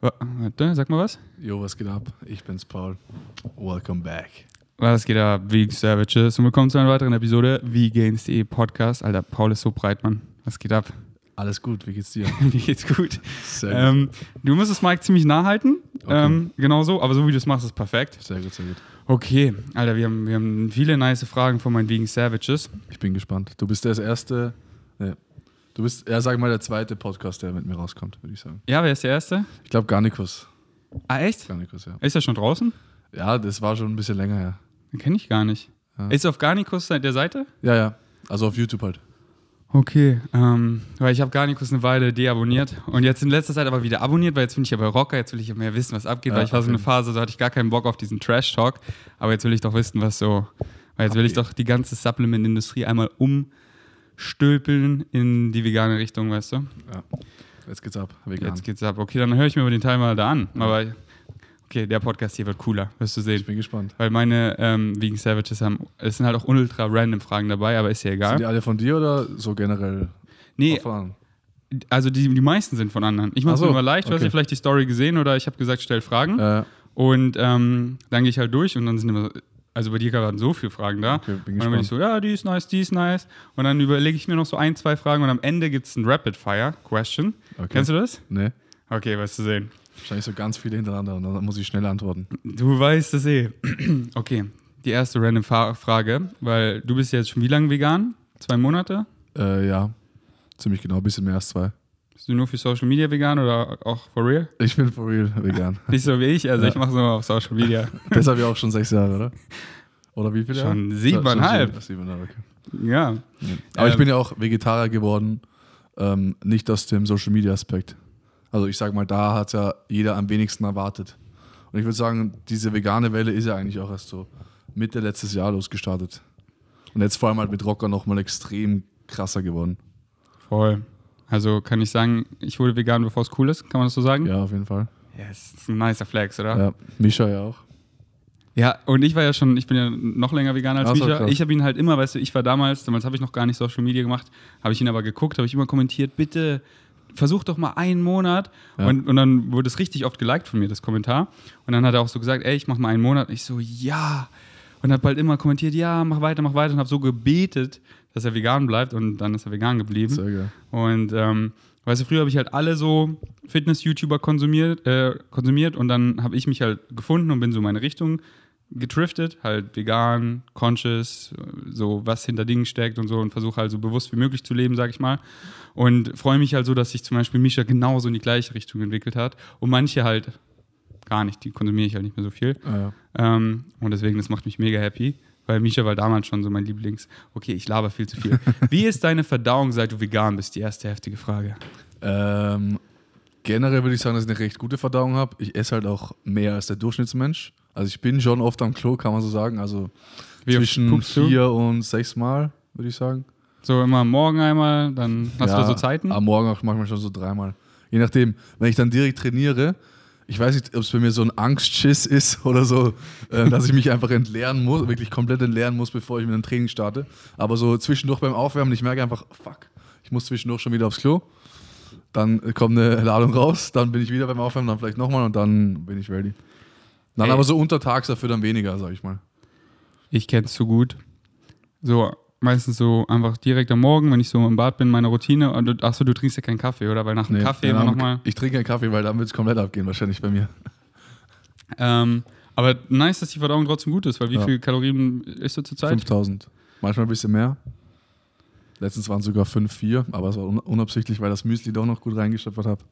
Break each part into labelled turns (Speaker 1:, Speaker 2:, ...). Speaker 1: Wa- Warte, sag mal was.
Speaker 2: Jo, was geht ab? Ich bin's, Paul. Welcome back.
Speaker 1: Was geht ab, Vegan Savages? Und willkommen zu einer weiteren Episode Vegans.de E Podcast. Alter, Paul ist so breit, Mann. Was geht ab?
Speaker 2: Alles gut, wie geht's dir?
Speaker 1: Mir geht's gut.
Speaker 2: Sehr gut,
Speaker 1: Ähm, du musst das Mic ziemlich nah halten.
Speaker 2: Okay.
Speaker 1: Ähm, genau so, aber so wie du es machst, ist perfekt.
Speaker 2: sehr gut, sehr gut.
Speaker 1: Okay, Alter, wir haben, wir haben viele nice Fragen von meinen Vegan Savages.
Speaker 2: Ich bin gespannt. Du bist der erste, ne, du bist, ja, sag mal, der zweite Podcast, der mit mir rauskommt, würde ich sagen.
Speaker 1: Ja, wer ist der Erste?
Speaker 2: Ich glaube, Garnikus.
Speaker 1: Ah, echt?
Speaker 2: Garnikus, ja.
Speaker 1: Ist er schon draußen?
Speaker 2: Ja, das war schon ein bisschen länger her.
Speaker 1: Den kenne ich gar nicht.
Speaker 2: Ja.
Speaker 1: Ist auf Garnikus der Seite?
Speaker 2: Ja, ja. Also auf YouTube halt.
Speaker 1: Okay, ähm, weil ich habe Garnikus eine Weile deabonniert und jetzt in letzter Zeit aber wieder abonniert, weil jetzt bin ich ja bei Rocker, jetzt will ich ja mehr wissen, was abgeht,
Speaker 2: Ja,
Speaker 1: weil ich war so
Speaker 2: auf
Speaker 1: eine
Speaker 2: jeden
Speaker 1: Phase, da hatte ich gar keinen Bock auf diesen Trash-Talk, aber jetzt will ich doch wissen, was so, weil jetzt will ich
Speaker 2: Abgeht.
Speaker 1: doch die ganze Supplement-Industrie einmal umstülpeln in die vegane Richtung, weißt du?
Speaker 2: Ja. Jetzt geht's ab. Vegan.
Speaker 1: Jetzt geht's ab. Okay, dann höre ich mir aber den Teil mal da an, aber okay, der Podcast hier wird cooler, wirst du
Speaker 2: ich
Speaker 1: sehen.
Speaker 2: bin gespannt.
Speaker 1: Weil meine ähm, Vegan Savages haben, es sind halt auch ultra random Fragen dabei, aber ist ja egal.
Speaker 2: Sind die alle von dir oder so generell?
Speaker 1: nee,
Speaker 2: Erfahren?
Speaker 1: Also die, die meisten sind von anderen. Ich mache es
Speaker 2: Ach so,
Speaker 1: mir immer leicht, du hast
Speaker 2: okay.
Speaker 1: ja vielleicht die Story gesehen oder ich habe gesagt, stell Fragen.
Speaker 2: Äh,
Speaker 1: Und ähm, dann gehe ich halt durch und dann sind immer, also bei dir waren so viele Fragen da.
Speaker 2: Okay, bin
Speaker 1: und dann bin ich so, ja, die ist nice, die ist nice. Und dann überlege ich mir noch so ein, zwei Fragen und am Ende gibt es ein Rapid-Fire-Question.
Speaker 2: Okay.
Speaker 1: Kennst du das?
Speaker 2: ne?
Speaker 1: Okay, was zu sehen.
Speaker 2: Wahrscheinlich so ganz viele hintereinander und dann muss ich schnell antworten.
Speaker 1: Du weißt es eh. okay, die erste random Fa Frage, weil du bist ja jetzt schon wie lange vegan? Zwei Monate?
Speaker 2: Äh, ja. Ziemlich genau, ein bisschen mehr als zwei.
Speaker 1: Bist du nur für Social Media vegan oder auch for real?
Speaker 2: Ich bin for real vegan.
Speaker 1: Nicht so wie ich, also
Speaker 2: Ja.
Speaker 1: ich mache es nur auf Social Media.
Speaker 2: Das habe ich auch schon sechs Jahre, oder? Oder wie viel Jahre?
Speaker 1: Schon siebeneinhalb.
Speaker 2: Schon sieben- siebeneinhalb, okay.
Speaker 1: ja.
Speaker 2: Ja. Aber ich
Speaker 1: Ähm.
Speaker 2: bin ja auch Vegetarier geworden, ähm, nicht aus dem Social Media Aspekt. Also ich sag mal, da hat ja jeder am wenigsten erwartet. Und ich würde sagen, diese vegane Welle ist ja eigentlich auch erst so Mitte letztes Jahr losgestartet. Und jetzt vor allem halt mit Rocker nochmal extrem krasser geworden.
Speaker 1: Voll. Also kann ich sagen, ich wurde vegan, bevor es cool ist, kann man das so sagen?
Speaker 2: Ja, auf jeden Fall.
Speaker 1: Yes. Das ist ein nicer Flex, oder?
Speaker 2: Ja, Mischa ja auch.
Speaker 1: Ja, und ich war ja schon, ich bin ja noch länger vegan als
Speaker 2: Ach so,
Speaker 1: Micha.
Speaker 2: krass.
Speaker 1: Ich habe ihn halt immer, weißt du, ich war damals, damals habe ich noch gar nicht Social Media gemacht, habe ich ihn aber geguckt, habe ich immer kommentiert, bitte versuch doch mal einen Monat.
Speaker 2: Ja.
Speaker 1: Und, und dann wurde es richtig oft geliked von mir, das Kommentar. Und dann hat er auch so gesagt, ey, ich mach mal einen Monat. Und ich so, ja. Und hat bald immer kommentiert, ja, mach weiter, mach weiter. Und habe so gebetet, dass er vegan bleibt. Und dann ist er vegan geblieben.
Speaker 2: Sehr geil.
Speaker 1: Und ähm, weißt du, früher habe ich halt alle so Fitness-YouTuber konsumiert, äh, konsumiert und dann habe ich mich halt gefunden und bin so in meine Richtung getriftet, halt vegan, conscious, so was hinter Dingen steckt und so und versuche halt so bewusst wie möglich zu leben, sag ich mal. Und freue mich halt so, dass sich zum Beispiel Misha genauso in die gleiche Richtung entwickelt hat und manche halt gar nicht, die konsumiere ich halt nicht mehr so viel.
Speaker 2: Ja.
Speaker 1: Ähm, und deswegen, das macht mich mega happy, weil Misha war damals schon so mein Lieblings. Okay, ich laber viel zu viel. Wie ist deine Verdauung, seit du vegan bist? Die erste heftige Frage.
Speaker 2: Ähm, generell würde ich sagen, dass ich eine recht gute Verdauung habe. Ich esse halt auch mehr als der Durchschnittsmensch. Also ich bin schon oft am Klo, kann man so sagen. Also
Speaker 1: Wie oft
Speaker 2: zwischen
Speaker 1: pupst du?
Speaker 2: vier und sechs Mal, würde ich sagen.
Speaker 1: So immer am Morgen einmal, dann hast du
Speaker 2: Ja,
Speaker 1: so Zeiten?
Speaker 2: Am Morgen auch manchmal schon so dreimal. Je nachdem, wenn ich dann direkt trainiere, ich weiß nicht, ob es bei mir so ein Angstschiss ist oder so, äh, dass ich mich einfach entleeren muss, wirklich komplett entleeren muss, bevor ich mit einem Training starte. Aber so zwischendurch beim Aufwärmen, ich merke einfach, fuck, ich muss zwischendurch schon wieder aufs Klo. Dann kommt eine Ladung raus, dann bin ich wieder beim Aufwärmen, dann vielleicht nochmal und dann bin ich ready. Dann
Speaker 1: Ey.
Speaker 2: aber so untertags dafür dann weniger, sag ich mal.
Speaker 1: Ich kenn's so gut. So, meistens so einfach direkt am Morgen, wenn ich so im Bad bin, meine Routine. Und du- Achso, du trinkst ja keinen Kaffee, oder? Weil nach dem
Speaker 2: Nee,
Speaker 1: Kaffee
Speaker 2: keine
Speaker 1: immer
Speaker 2: Ahnung.
Speaker 1: nochmal.
Speaker 2: Ich trinke keinen Kaffee, weil dann wird es komplett abgehen, wahrscheinlich bei mir.
Speaker 1: Ähm, aber nice, dass die Verdauung trotzdem gut ist, weil wie
Speaker 2: Ja.
Speaker 1: viel Kalorien isst du zurzeit?
Speaker 2: 5000. Manchmal ein bisschen mehr. Letztens waren es sogar 5, 4, aber es war un unabsichtlich, weil das Müsli doch noch gut reingeschöpft habe.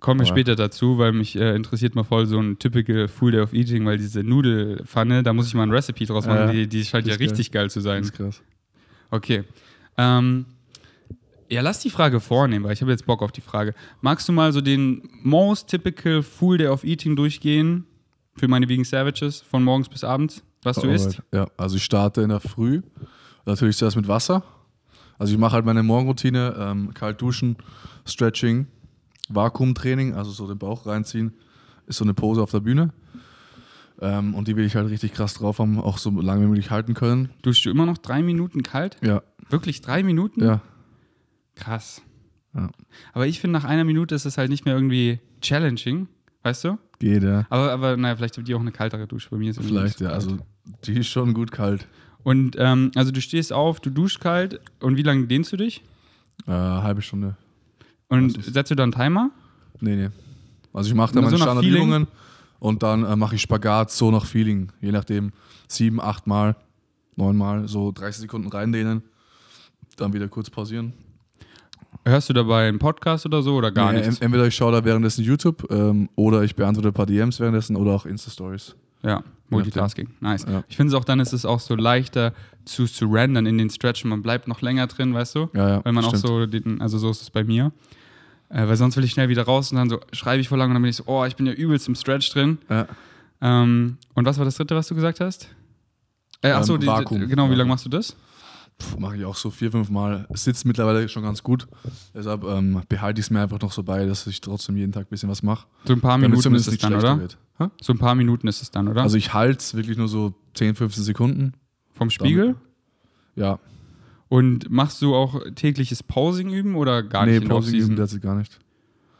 Speaker 1: Kommen wir
Speaker 2: Aber-
Speaker 1: später dazu, weil mich äh, interessiert mal voll so ein typical Full Day of Eating, weil diese Nudelfanne, da muss ich mal ein Recipe draus machen,
Speaker 2: Ja,
Speaker 1: die, die scheint ja
Speaker 2: ist geil.
Speaker 1: richtig geil zu
Speaker 2: Das
Speaker 1: sein.
Speaker 2: ist krass.
Speaker 1: Okay. Ähm, ja, lass die Frage vornehmen, weil ich habe jetzt Bock auf die Frage. Magst du mal so den most typical Full Day of Eating durchgehen für meine Vegan Savages von morgens bis abends, was du isst?
Speaker 2: Alright. Ja, also ich starte in der Früh. Natürlich zuerst mit Wasser. Also ich mache halt meine Morgenroutine, ähm, kalt duschen, Stretching, Vakuumtraining, also so den Bauch reinziehen. Ist so eine Pose auf der Bühne. Ähm, und die will ich halt richtig krass drauf haben, auch so lange wie möglich halten können.
Speaker 1: Duschst du immer noch drei Minuten kalt?
Speaker 2: Ja,
Speaker 1: Wirklich drei Minuten?
Speaker 2: ja.
Speaker 1: Krass.
Speaker 2: Ja.
Speaker 1: Aber ich finde, nach einer Minute ist es halt nicht mehr irgendwie challenging, Weißt du?
Speaker 2: Geht, ja.
Speaker 1: Aber, aber naja, vielleicht haben die auch eine kaltere Dusche. Bei mir ist irgendwie nicht
Speaker 2: Vielleicht,
Speaker 1: so
Speaker 2: ja.
Speaker 1: kalt.
Speaker 2: Also, die ist schon gut kalt.
Speaker 1: Und ähm, also du stehst auf, du duschst kalt und wie lange dehnst du dich?
Speaker 2: Äh, halbe Stunde.
Speaker 1: Und
Speaker 2: Das ist-
Speaker 1: setzt du dann einen Timer?
Speaker 2: Nee, nee. Also ich mache da
Speaker 1: Na,
Speaker 2: meine
Speaker 1: so nach
Speaker 2: Standardübungen und dann äh, mache ich Spagat so nach Feeling. Je nachdem, sieben, acht Mal, neun Mal, so 30 Sekunden reindehnen, dann wieder kurz pausieren.
Speaker 1: Hörst du dabei einen Podcast oder so oder gar
Speaker 2: Nee,
Speaker 1: nichts?
Speaker 2: en- Entweder ich schaue da währenddessen YouTube ähm, oder ich beantworte ein paar DMs währenddessen oder auch Insta-Stories.
Speaker 1: Ja, Multitasking. Nice.
Speaker 2: Ja.
Speaker 1: Ich finde es auch, dann ist es auch so leichter zu surrendern in den Stretchen. Man bleibt noch länger drin, weißt du?
Speaker 2: Ja, ja,
Speaker 1: Wenn man
Speaker 2: stimmt.
Speaker 1: auch so den, also so ist es bei mir. Äh, weil sonst will ich schnell wieder raus und dann so schreibe ich vor lang und dann bin ich so, oh, ich bin ja übelst im Stretch drin.
Speaker 2: Ja.
Speaker 1: Ähm, und was war das dritte, was du gesagt hast? Äh, achso,
Speaker 2: Ähm,
Speaker 1: die-
Speaker 2: Vakuum.
Speaker 1: genau, wie
Speaker 2: Ja.
Speaker 1: lange machst du das?
Speaker 2: Mache ich auch so vier, fünf Mal. Es sitzt mittlerweile schon ganz gut. Deshalb ähm, behalte ich es mir einfach noch so bei, dass ich trotzdem jeden Tag ein bisschen was mache.
Speaker 1: So ein paar Minuten ist es dann, oder?
Speaker 2: wird. Hä?
Speaker 1: So ein paar Minuten ist es dann, oder?
Speaker 2: Also ich halte es wirklich nur so 10, 15 Sekunden.
Speaker 1: Vom Spiegel?
Speaker 2: Ja,
Speaker 1: Und machst du auch tägliches Pausing üben oder gar
Speaker 2: nee,
Speaker 1: nicht in der
Speaker 2: Pausing üben
Speaker 1: Offseason?
Speaker 2: derzeit gar nicht.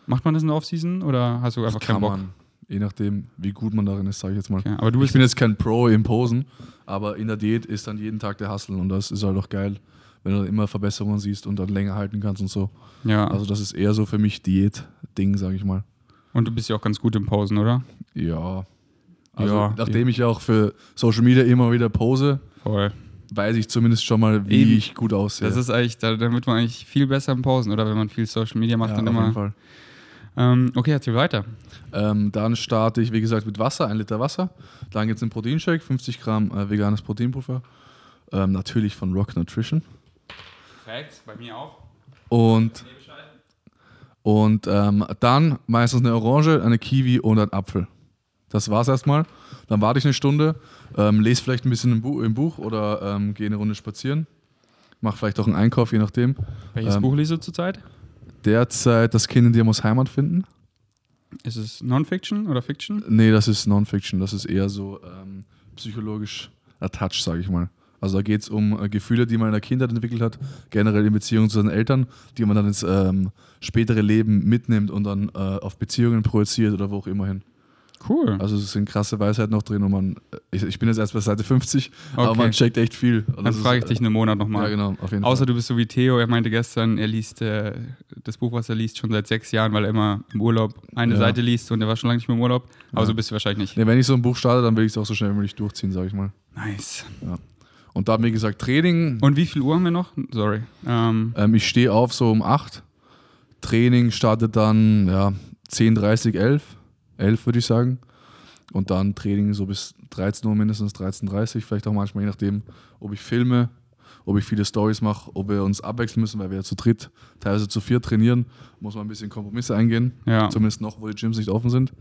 Speaker 1: Macht man das in der Offseason oder hast du einfach keinen
Speaker 2: Kann
Speaker 1: Bock?
Speaker 2: man, je nachdem, wie gut man darin ist, sage ich jetzt mal.
Speaker 1: Okay, aber du
Speaker 2: Ich
Speaker 1: bist
Speaker 2: bin jetzt kein Pro im Posen, aber in der Diät ist dann jeden Tag der Hustle und das ist halt auch geil, wenn du dann immer Verbesserungen siehst und dann länger halten kannst und so.
Speaker 1: ja.
Speaker 2: Also das ist eher so für mich Diät-Ding, sage ich mal.
Speaker 1: Und du bist ja auch ganz gut im Pausen, oder?
Speaker 2: Ja. Also
Speaker 1: Ja. eh.
Speaker 2: nachdem ich ja auch für Social Media immer wieder pose,
Speaker 1: Voll.
Speaker 2: weiß ich zumindest schon mal, wie
Speaker 1: Eben.
Speaker 2: ich gut aussehe.
Speaker 1: Das ist eigentlich, da, da wird man eigentlich viel besser im Pausen, oder? Wenn man viel Social Media macht,
Speaker 2: ja,
Speaker 1: dann
Speaker 2: auf jeden
Speaker 1: immer.
Speaker 2: Fall.
Speaker 1: Ähm, okay, erzähl weiter.
Speaker 2: Ähm, dann starte ich, wie gesagt, mit Wasser, ein Liter Wasser. Dann gibt es einen Proteinshake, 50 Gramm äh, veganes Proteinpulver. Ähm, natürlich von Rock Nutrition.
Speaker 1: Facts, bei mir auch.
Speaker 2: Und, und ähm, dann meistens eine Orange, eine Kiwi und ein Apfel. Das war's erstmal. Dann warte ich eine Stunde, ähm, lese vielleicht ein bisschen im, Bu im Buch oder ähm, gehe eine Runde spazieren. Mache vielleicht auch einen Einkauf, je nachdem.
Speaker 1: Welches
Speaker 2: Ähm,
Speaker 1: Buch liest du zurzeit?
Speaker 2: Derzeit, das Kind in dir muss Heimat finden.
Speaker 1: Ist es Non-Fiction oder Fiction?
Speaker 2: Nee, das ist Non-Fiction. Das ist eher so ähm, psychologisch attached, sage ich mal. Also da geht es um äh, Gefühle, die man in der Kindheit entwickelt hat, generell in Beziehung zu seinen Eltern, die man dann ins ähm, spätere Leben mitnimmt und dann äh, auf Beziehungen projiziert oder wo auch immer hin.
Speaker 1: Cool.
Speaker 2: Also es sind krasse Weisheiten noch drin und man, äh, ich, ich bin jetzt erst bei Seite 50, aber
Speaker 1: Okay.
Speaker 2: man checkt echt viel. Und
Speaker 1: dann
Speaker 2: das
Speaker 1: frage ich
Speaker 2: ist,
Speaker 1: dich einen Monat
Speaker 2: äh,
Speaker 1: nochmal.
Speaker 2: Ja, genau, auf jeden
Speaker 1: Außer
Speaker 2: Fall.
Speaker 1: du bist so wie Theo, er meinte gestern, er liest äh, das Buch, was er liest, schon seit sechs Jahren, weil er immer im Urlaub eine
Speaker 2: Ja.
Speaker 1: Seite liest und er war schon lange nicht mehr im Urlaub. Aber
Speaker 2: Ja.
Speaker 1: so bist du wahrscheinlich nicht.
Speaker 2: Nee, wenn ich so ein Buch starte, dann will ich es auch so schnell wie möglich durchziehen, sage ich mal.
Speaker 1: Nice.
Speaker 2: Und da, wie gesagt, Training,
Speaker 1: Und wie viel Uhr haben wir noch? Sorry. Ähm,
Speaker 2: Ähm, ich stehe auf so um 8. Training startet dann ja, 10.30, 11. 11 würde ich sagen. Und dann Training so bis 13 Uhr mindestens, 13.30 vielleicht auch manchmal, je nachdem, ob ich filme, ob ich viele Stories mache, ob wir uns abwechseln müssen, weil wir ja zu dritt, teilweise zu viert trainieren, muss man ein bisschen Kompromisse eingehen.
Speaker 1: ja.
Speaker 2: Zumindest noch, wo die Gyms nicht offen sind.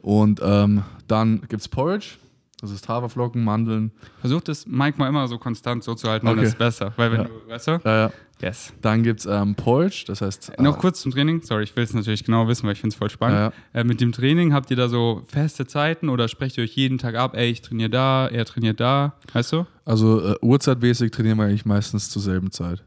Speaker 2: Und ähm, dann gibt es Porridge, das ist Haferflocken, Mandeln.
Speaker 1: Versuch das Mike mal immer so konstant so zu halten, dann
Speaker 2: Okay.
Speaker 1: ist es besser. Weil wenn
Speaker 2: Ja.
Speaker 1: du, weißt du?
Speaker 2: Äh,
Speaker 1: Yes.
Speaker 2: dann gibt es ähm, Porridge, das heißt.
Speaker 1: Noch
Speaker 2: äh,
Speaker 1: kurz zum Training. Sorry, ich will es natürlich genau wissen, weil ich finde es voll spannend. Äh, mit dem Training habt ihr da so feste Zeiten oder sprecht ihr euch jeden Tag ab, ey, ich trainiere da, er trainiert da, weißt du?
Speaker 2: Also äh, uhrzeitmäßig trainieren wir eigentlich meistens zur selben Zeit.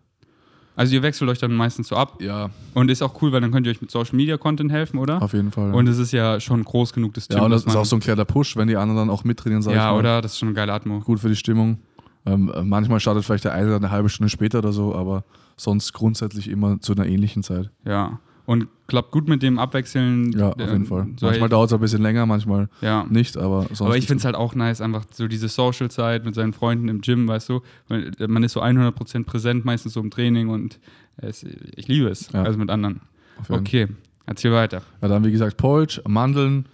Speaker 1: Also ihr wechselt euch dann meistens so ab
Speaker 2: Ja,
Speaker 1: und ist auch cool, weil dann könnt ihr euch mit Social Media Content helfen, oder?
Speaker 2: auf jeden Fall.
Speaker 1: Und es ist ja schon groß genug, das Team.
Speaker 2: ja, und das
Speaker 1: dass
Speaker 2: ist
Speaker 1: man-
Speaker 2: auch so ein kleiner Push, wenn die anderen dann auch mittrainieren, sag ich
Speaker 1: ja
Speaker 2: mal.
Speaker 1: oder? Das ist schon ein geiler Atmo.
Speaker 2: Gut für die Stimmung. Ähm, äh, manchmal startet vielleicht der eine dann eine halbe Stunde später oder so, aber sonst grundsätzlich immer zu einer ähnlichen Zeit.
Speaker 1: Ja. Und klappt gut mit dem Abwechseln.
Speaker 2: Ja, auf
Speaker 1: ähm,
Speaker 2: jeden Fall.
Speaker 1: So,
Speaker 2: manchmal
Speaker 1: ey,
Speaker 2: dauert es ein bisschen länger, manchmal
Speaker 1: ja.
Speaker 2: nicht, aber sonst.
Speaker 1: Aber ich finde es halt auch nice, einfach so diese Social-Zeit mit seinen Freunden im Gym, weißt du. Man man ist so 100% präsent, meistens so im Training und es, ich liebe es,
Speaker 2: Ja.
Speaker 1: also mit anderen.
Speaker 2: auf jeden
Speaker 1: Okay, erzähl weiter.
Speaker 2: Ja, dann wie gesagt Porridge, Mandeln,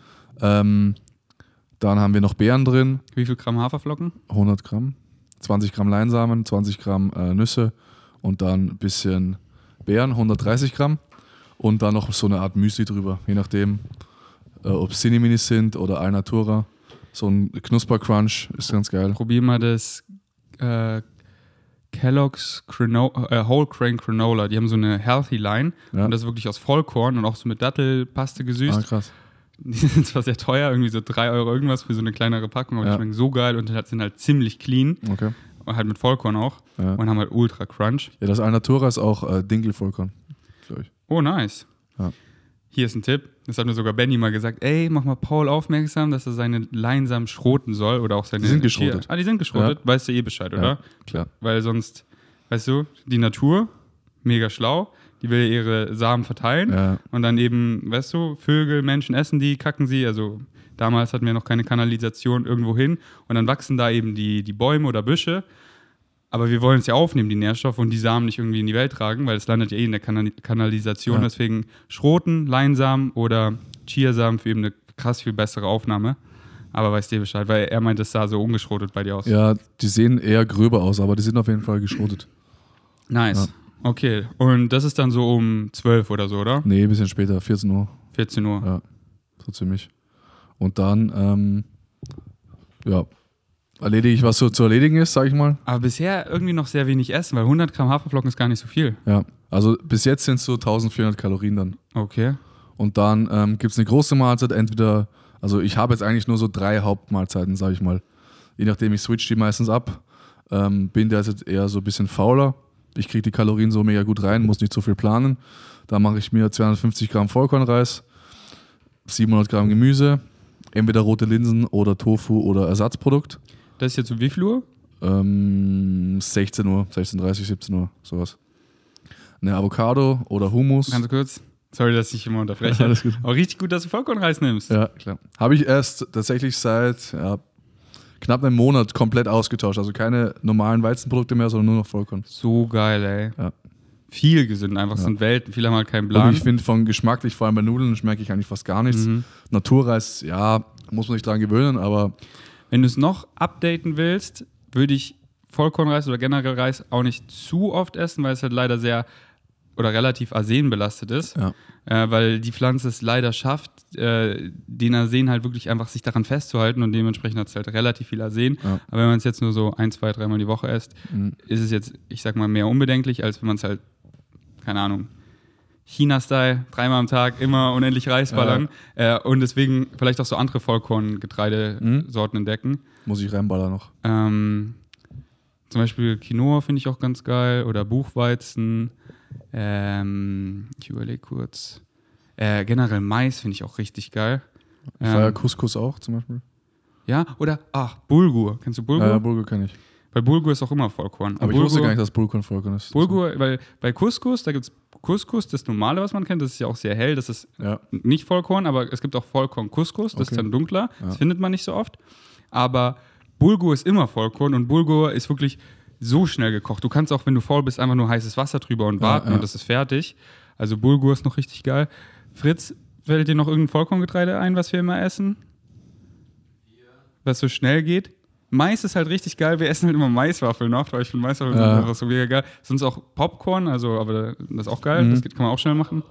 Speaker 2: ähm, dann haben wir noch Beeren drin,
Speaker 1: Wie viel Gramm Haferflocken?
Speaker 2: 100 Gramm, 20 Gramm Leinsamen, 20 Gramm äh, Nüsse und dann ein bisschen Beeren, 130 Gramm und dann noch so eine Art Müsli drüber, je nachdem, äh, ob es Cineminis sind oder Alnatura. So ein Knuspercrunch ist ganz geil.
Speaker 1: Probier mal das äh, Kellogg's Crino äh, Whole Grain Granola. Die haben so eine Healthy Line
Speaker 2: Ja.
Speaker 1: und das ist wirklich aus Vollkorn und auch so mit Dattelpaste gesüßt.
Speaker 2: Ah, krass.
Speaker 1: Die sind zwar sehr teuer, irgendwie so 3 Euro irgendwas für so eine kleinere Packung, aber
Speaker 2: Ja.
Speaker 1: die schmecken so geil und sind halt ziemlich clean.
Speaker 2: Okay.
Speaker 1: Und halt mit Vollkorn auch.
Speaker 2: Ja.
Speaker 1: Und haben halt Ultra Crunch.
Speaker 2: Ja, das Alnatura ist auch äh, Dinkelvollkorn, glaube ich.
Speaker 1: Oh, nice.
Speaker 2: Ja.
Speaker 1: Hier ist ein Tipp. Das hat mir sogar Benny mal gesagt, ey, mach mal Paul aufmerksam, dass er seine Leinsamen schroten soll oder auch seine
Speaker 2: Die sind geschrotet.
Speaker 1: Ah, die sind geschrotet, weißt du eh Bescheid, oder?
Speaker 2: klar.
Speaker 1: Weil sonst, weißt du, die Natur, mega schlau, die will ja ihre Samen verteilen
Speaker 2: Ja.
Speaker 1: und dann eben, weißt du, Vögel, Menschen essen die, kacken sie, also damals hatten wir noch keine Kanalisation irgendwo hin und dann wachsen da eben die, die Bäume oder Büsche, aber wir wollen es ja aufnehmen, die Nährstoffe und die Samen nicht irgendwie in die Welt tragen, weil es landet ja eh in der Kanal Kanalisation,
Speaker 2: Ja.
Speaker 1: deswegen Schroten, Leinsamen oder Chiasamen für eben eine krass viel bessere Aufnahme. Aber weißt du Bescheid, weil er meint, es sah so ungeschrotet bei dir aus.
Speaker 2: Ja, die sehen eher gröber aus, aber die sind auf jeden Fall geschrotet.
Speaker 1: Nice. Okay, und das ist dann so um 12 oder so, oder?
Speaker 2: Nee, ein bisschen später, 14 Uhr,
Speaker 1: 14 Uhr.
Speaker 2: Ja. so ziemlich. Und dann, ähm, ja, erledige ich, was so zu erledigen ist, sag ich mal.
Speaker 1: Aber bisher irgendwie noch sehr wenig essen, weil 100 Gramm Haferflocken ist gar nicht so viel.
Speaker 2: Ja, also bis jetzt sind es so 1400 Kalorien dann.
Speaker 1: Okay.
Speaker 2: Und dann ähm, gibt es eine große Mahlzeit, entweder, also ich habe jetzt eigentlich nur so drei Hauptmahlzeiten, sage ich mal. Je nachdem, ich switch die meistens ab. Ähm, bin da jetzt eher so ein bisschen fauler. Ich kriege die Kalorien so mega gut rein, muss nicht so viel planen. Da mache ich mir 250 Gramm Vollkornreis, 700 Gramm Gemüse, entweder rote Linsen oder Tofu oder Ersatzprodukt.
Speaker 1: Das ist jetzt um wie viel Uhr?
Speaker 2: Ähm, 16 Uhr, 16.30, 17 Uhr, sowas. Eine Avocado oder Hummus.
Speaker 1: Ganz kurz. Sorry, dass ich immer unterbreche.
Speaker 2: Alles gut.
Speaker 1: Aber richtig gut, dass du Vollkornreis nimmst.
Speaker 2: Ja, klar. Habe ich erst tatsächlich seit ja, knapp einem Monat komplett ausgetauscht. Also keine normalen Weizenprodukte mehr, sondern nur noch Vollkorn.
Speaker 1: So geil, ey.
Speaker 2: Ja.
Speaker 1: Viel gesünder, einfach sind Welten. Viele haben halt keinen
Speaker 2: Und
Speaker 1: Plan.
Speaker 2: ich finde von geschmacklich, vor allem bei Nudeln, schmecke ich eigentlich fast gar nichts.
Speaker 1: Mhm.
Speaker 2: Naturreis, ja, muss man sich dran gewöhnen, aber
Speaker 1: Wenn du es noch updaten willst, würde ich Vollkornreis oder generell Reis auch nicht zu oft essen, weil es halt leider sehr oder relativ arsenbelastet ist.
Speaker 2: Ja.
Speaker 1: Äh, weil die Pflanze es leider schafft, äh, den Arsen halt wirklich einfach sich daran festzuhalten und dementsprechend hat es halt relativ viel Arsen.
Speaker 2: Ja. hm,
Speaker 1: Aber wenn man es jetzt nur so ein, zwei, dreimal die Woche isst, ist es jetzt, ich sag mal, mehr unbedenklich, als wenn man es halt, keine Ahnung, China-Style, dreimal am Tag, immer unendlich Reis ballern. Äh, und deswegen vielleicht auch so andere Vollkorngetreidesorten entdecken.
Speaker 2: muss ich reinballern noch.
Speaker 1: Ähm, zum Beispiel Quinoa finde ich auch ganz geil oder Buchweizen. Ähm, ich überlege kurz. Äh, generell Mais finde ich auch richtig geil.
Speaker 2: Ich feiere
Speaker 1: Ähm,
Speaker 2: Couscous auch zum Beispiel.
Speaker 1: ja, oder ach, Bulgur. Kennst du Bulgur?
Speaker 2: Ja, ja, Bulgur kann ich.
Speaker 1: Weil Bulgur ist auch immer Vollkorn.
Speaker 2: Ähm, Aber ich
Speaker 1: Bulgur,
Speaker 2: wusste gar nicht, dass Bulgur Vollkorn ist.
Speaker 1: Bulgur, weil bei Couscous, da gibt es Couscous, das normale, was man kennt, das ist ja auch sehr hell, das ist
Speaker 2: Ja.
Speaker 1: nicht Vollkorn, aber es gibt auch Vollkorn-Couscous, das
Speaker 2: Okay.
Speaker 1: ist dann dunkler,
Speaker 2: Ja.
Speaker 1: das findet man nicht so oft. Aber Bulgur ist immer Vollkorn und Bulgur ist wirklich so schnell gekocht. Du kannst auch, wenn du faul bist, einfach nur heißes Wasser drüber und
Speaker 2: Ja,
Speaker 1: warten
Speaker 2: ja.
Speaker 1: und das ist fertig. Also Bulgur ist noch richtig geil. Fritz, fällt dir noch irgendein Vollkorngetreide ein, was wir immer essen? Was so schnell geht? Mais ist halt richtig geil. Wir essen halt immer Maiswaffeln noch, weil ich finde Maiswaffeln
Speaker 2: Ja.
Speaker 1: sind einfach so mega geil. Sonst auch Popcorn, also aber das ist auch geil.
Speaker 2: Mhm.
Speaker 1: Das geht, kann man auch schnell machen.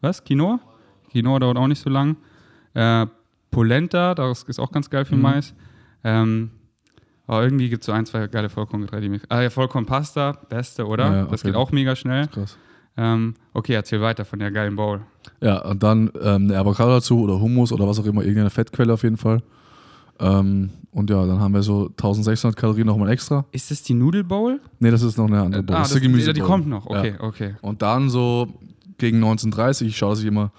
Speaker 1: Was? Quinoa? Quinoa dauert auch nicht so lang. Äh, Polenta, das ist auch ganz
Speaker 2: Mhm.
Speaker 1: geil für Mais. Ähm, aber irgendwie gibt es so ein, zwei geile Vollkorngetreide. die mich- Ah ja, Vollkornpasta, beste, oder?
Speaker 2: Ja, ja,
Speaker 1: Das
Speaker 2: okay.
Speaker 1: geht auch mega schnell.
Speaker 2: Krass.
Speaker 1: Ähm, okay, erzähl weiter von der geilen Bowl.
Speaker 2: Ja, und dann ähm, eine Avocado dazu oder Hummus oder was auch immer, irgendeine Fettquelle auf jeden Fall. Ähm, und ja, dann haben wir so 1600 Kalorien nochmal extra.
Speaker 1: Ist das die Nudelbowl?
Speaker 2: Nee, das ist noch eine andere Bowl.
Speaker 1: ah,
Speaker 2: Äh, das ist eine
Speaker 1: ja, die
Speaker 2: Gemüsebowl.
Speaker 1: kommt noch.
Speaker 2: Ja.
Speaker 1: Okay, okay.
Speaker 2: Und dann so gegen 19.30 Uhr, ich schaue, dass ich immer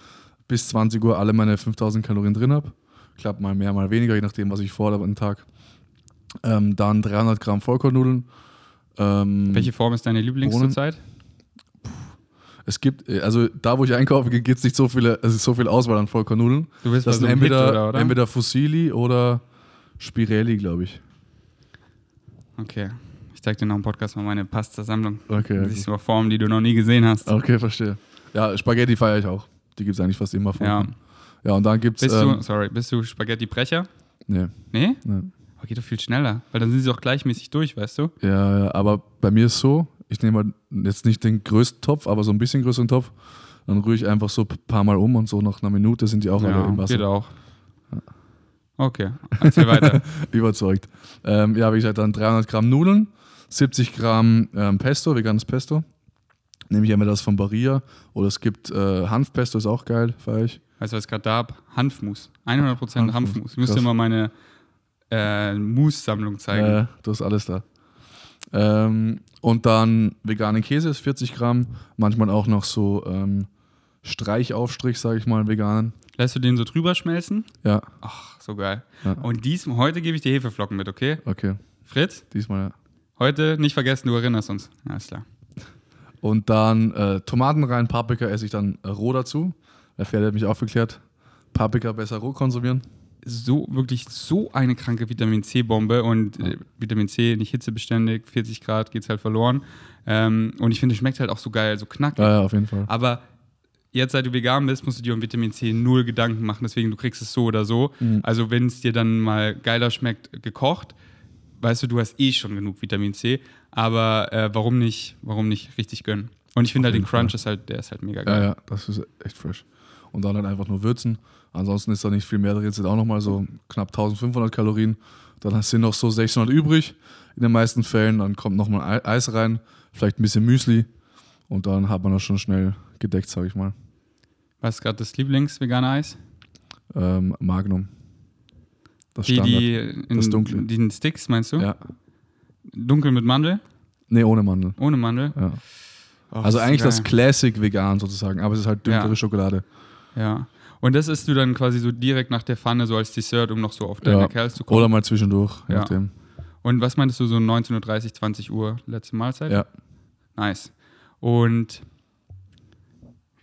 Speaker 2: bis 20 Uhr alle meine 5000 Kalorien drin habe. Klappt mal mehr, mal weniger, je nachdem, was ich vorhabe am Tag. Ähm, dann 300 Gramm Vollkornnudeln. Ähm,
Speaker 1: Welche Form ist deine Lieblings
Speaker 2: Bohnen.
Speaker 1: zurzeit?
Speaker 2: Es gibt, äh, also da, wo ich einkaufe, gibt es nicht so viele, also so viel Auswahl an Vollkornnudeln.
Speaker 1: Du bist bei
Speaker 2: Das sind
Speaker 1: so einem Hit,
Speaker 2: entweder,
Speaker 1: oder, oder?
Speaker 2: entweder Fusilli oder Spirelli, glaube ich.
Speaker 1: Okay. Ich zeig dir noch im Podcast mal meine Pasta-Sammlung.
Speaker 2: Okay,
Speaker 1: Das
Speaker 2: gut.
Speaker 1: ist über Formen, die du noch nie gesehen hast.
Speaker 2: Okay, verstehe. Ja, Spaghetti feiere ich auch. Die gibt es eigentlich fast immer von.
Speaker 1: Ja.
Speaker 2: ja, und dann gibt es.
Speaker 1: Bist
Speaker 2: Ähm,
Speaker 1: du, sorry, bist du Spaghetti-Brecher?
Speaker 2: nee,
Speaker 1: Nee?
Speaker 2: nee.
Speaker 1: Aber geht doch viel schneller, weil dann sind sie auch gleichmäßig durch, weißt du?
Speaker 2: Ja, ja, aber bei mir ist so, ich nehme halt jetzt nicht den größten Topf, aber so ein bisschen größeren Topf. Dann rühre ich einfach so ein paar Mal um und so nach einer Minute sind die auch alle im
Speaker 1: geht
Speaker 2: Wasser.
Speaker 1: auch. Okay, erzähl weiter.
Speaker 2: Überzeugt. Ähm, ja, wie gesagt, dann 300 Gramm Nudeln, 70 Gramm ähm, Pesto, veganes Pesto. Nehme ich immer das von Barilla. Oder es gibt äh, Hanfpesto, ist auch geil, feiere ich.
Speaker 1: Weißt du, was ich gerade da hab? Hanfmus. 100% Hanfmus.
Speaker 2: Hanfmus,
Speaker 1: Ich müsste
Speaker 2: krass.
Speaker 1: mal meine äh, Mousse-Sammlung zeigen.
Speaker 2: Äh, du hast alles da. Ähm, und dann veganen Käse ist 40 Gramm, manchmal auch noch so ähm, Streichaufstrich, sage ich mal, einen veganen.
Speaker 1: Lässt du den so drüber schmelzen?
Speaker 2: Ja,
Speaker 1: Ach, so geil.
Speaker 2: Ja.
Speaker 1: Und diesmal, heute gebe ich dir Hefeflocken mit, okay?
Speaker 2: okay.
Speaker 1: Fritz,
Speaker 2: Diesmal, ja.
Speaker 1: heute nicht vergessen, du erinnerst uns. Alles klar.
Speaker 2: Und dann äh, Tomaten rein, Paprika esse ich dann äh, roh dazu. Der Pferd hat mich aufgeklärt. Paprika besser roh konsumieren.
Speaker 1: So, wirklich so eine kranke Vitamin C-Bombe und äh, Vitamin C nicht hitzebeständig, 40 Grad geht's halt verloren. Ähm, und ich finde, schmeckt halt auch so geil, so knackig.
Speaker 2: Ja, ja, auf jeden Fall.
Speaker 1: Aber jetzt, seit du vegan bist, musst du dir um Vitamin C null Gedanken machen. Deswegen, du kriegst es so oder so.
Speaker 2: Mhm.
Speaker 1: Also, wenn es dir dann mal geiler schmeckt, gekocht, weißt du, du hast eh schon genug Vitamin C. Aber äh, warum nicht, warum nicht richtig gönnen? Und ich finde halt den Crunch ist halt, der ist halt mega
Speaker 2: Ja,
Speaker 1: geil.
Speaker 2: ja, das ist echt fresh. Und dann halt einfach nur würzen. Ansonsten ist da nicht viel mehr drin. Jetzt sind auch nochmal so knapp 1500 Kalorien. Dann sind noch so 600 übrig in den meisten Fällen. Dann kommt nochmal Eis rein, vielleicht ein bisschen Müsli. Und dann hat man das schon schnell gedeckt, sage ich mal.
Speaker 1: Was ist gerade das Lieblings-vegane Eis?
Speaker 2: Ähm, Magnum. Das
Speaker 1: Die,
Speaker 2: Standard.
Speaker 1: die in
Speaker 2: Das Dunkle.
Speaker 1: die in Sticks, meinst du?
Speaker 2: ja.
Speaker 1: Dunkel mit Mandel?
Speaker 2: Nee, ohne Mandel.
Speaker 1: Ohne Mandel?
Speaker 2: Ja.
Speaker 1: Och,
Speaker 2: Also
Speaker 1: ist
Speaker 2: eigentlich
Speaker 1: geil.
Speaker 2: das Classic vegan sozusagen, aber es ist halt dünnere
Speaker 1: Ja.
Speaker 2: Schokolade.
Speaker 1: Ja. Und das isst du dann quasi so direkt nach der Pfanne, so als Dessert, um noch so auf deine
Speaker 2: Ja.
Speaker 1: Kerls zu kommen.
Speaker 2: Oder mal zwischendurch, je
Speaker 1: Ja.
Speaker 2: nachdem.
Speaker 1: Und was meintest du, so 19.30 Uhr, 20 Uhr, letzte Mahlzeit?
Speaker 2: Ja.
Speaker 1: Nice. Und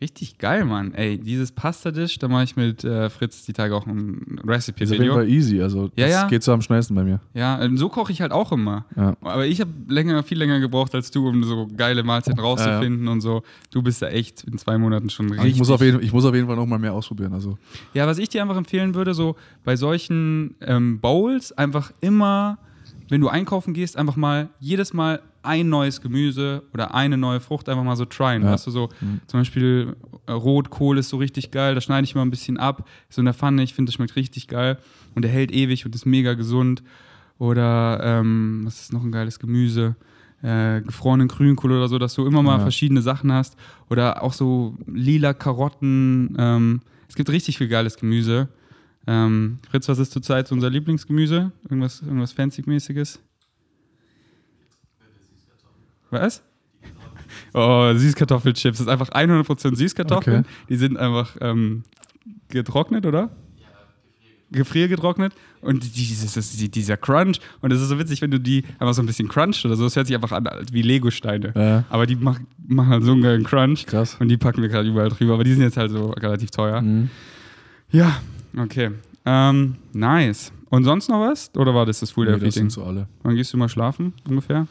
Speaker 1: richtig geil, Mann. Ey, dieses Pasta-Dish, da mache ich mit äh, Fritz die Tage auch ein
Speaker 2: Ist auf jeden
Speaker 1: Recipe-Video.
Speaker 2: Fall easy, also
Speaker 1: Ja,
Speaker 2: das
Speaker 1: ja.
Speaker 2: geht so am schnellsten bei mir.
Speaker 1: Ja, ähm, so koche ich halt auch immer.
Speaker 2: Ja.
Speaker 1: Aber ich habe länger, viel länger gebraucht als du, um so geile Mahlzeiten rauszufinden und so. Du bist da echt in zwei Monaten schon
Speaker 2: Aber
Speaker 1: richtig.
Speaker 2: Also Ich muss, auf jeden, ich muss auf jeden Fall noch mal mehr ausprobieren. Also
Speaker 1: Ja, was ich dir einfach empfehlen würde, so bei solchen ähm, Bowls einfach immer, wenn du einkaufen gehst, einfach mal jedes Mal ein neues Gemüse oder eine neue Frucht einfach mal so tryen.
Speaker 2: Ja.
Speaker 1: Weißt du, so zum Beispiel äh, Rotkohl ist so richtig geil, da schneide ich mal ein bisschen ab, so in der Pfanne, ich finde, das schmeckt richtig geil und der hält ewig und ist mega gesund. Oder ähm, was ist noch ein geiles Gemüse? Äh, gefrorenen Grünkohl oder so, dass du immer mal
Speaker 2: Ja.
Speaker 1: verschiedene Sachen hast. Oder auch so lila Karotten. Ähm, es gibt richtig viel geiles Gemüse. Ähm, Fritz, was ist zurzeit so unser Lieblingsgemüse? Irgendwas, irgendwas Fancy-mäßiges? Was? Oh, Süßkartoffelchips. Das ist einfach 100% Süßkartoffeln.
Speaker 2: Okay.
Speaker 1: Die sind einfach ähm, getrocknet, oder? gefriergetrocknet und dieses, das, die- dieser Crunch. Und es ist so witzig, wenn du die einfach so ein bisschen crunchst oder so. Das hört sich einfach an wie Lego-Steine.
Speaker 2: Ja.
Speaker 1: Aber die mach, machen halt so einen geilen Crunch.
Speaker 2: Krass. Hm,
Speaker 1: Und die packen wir gerade überall drüber. Aber die sind jetzt halt so relativ teuer.
Speaker 2: Mhm.
Speaker 1: Ja, okay. Ähm, nice. Und sonst noch was? Oder war das das Full
Speaker 2: nee, das
Speaker 1: Everything?
Speaker 2: sind so alle.
Speaker 1: Wann gehst du mal schlafen ungefähr?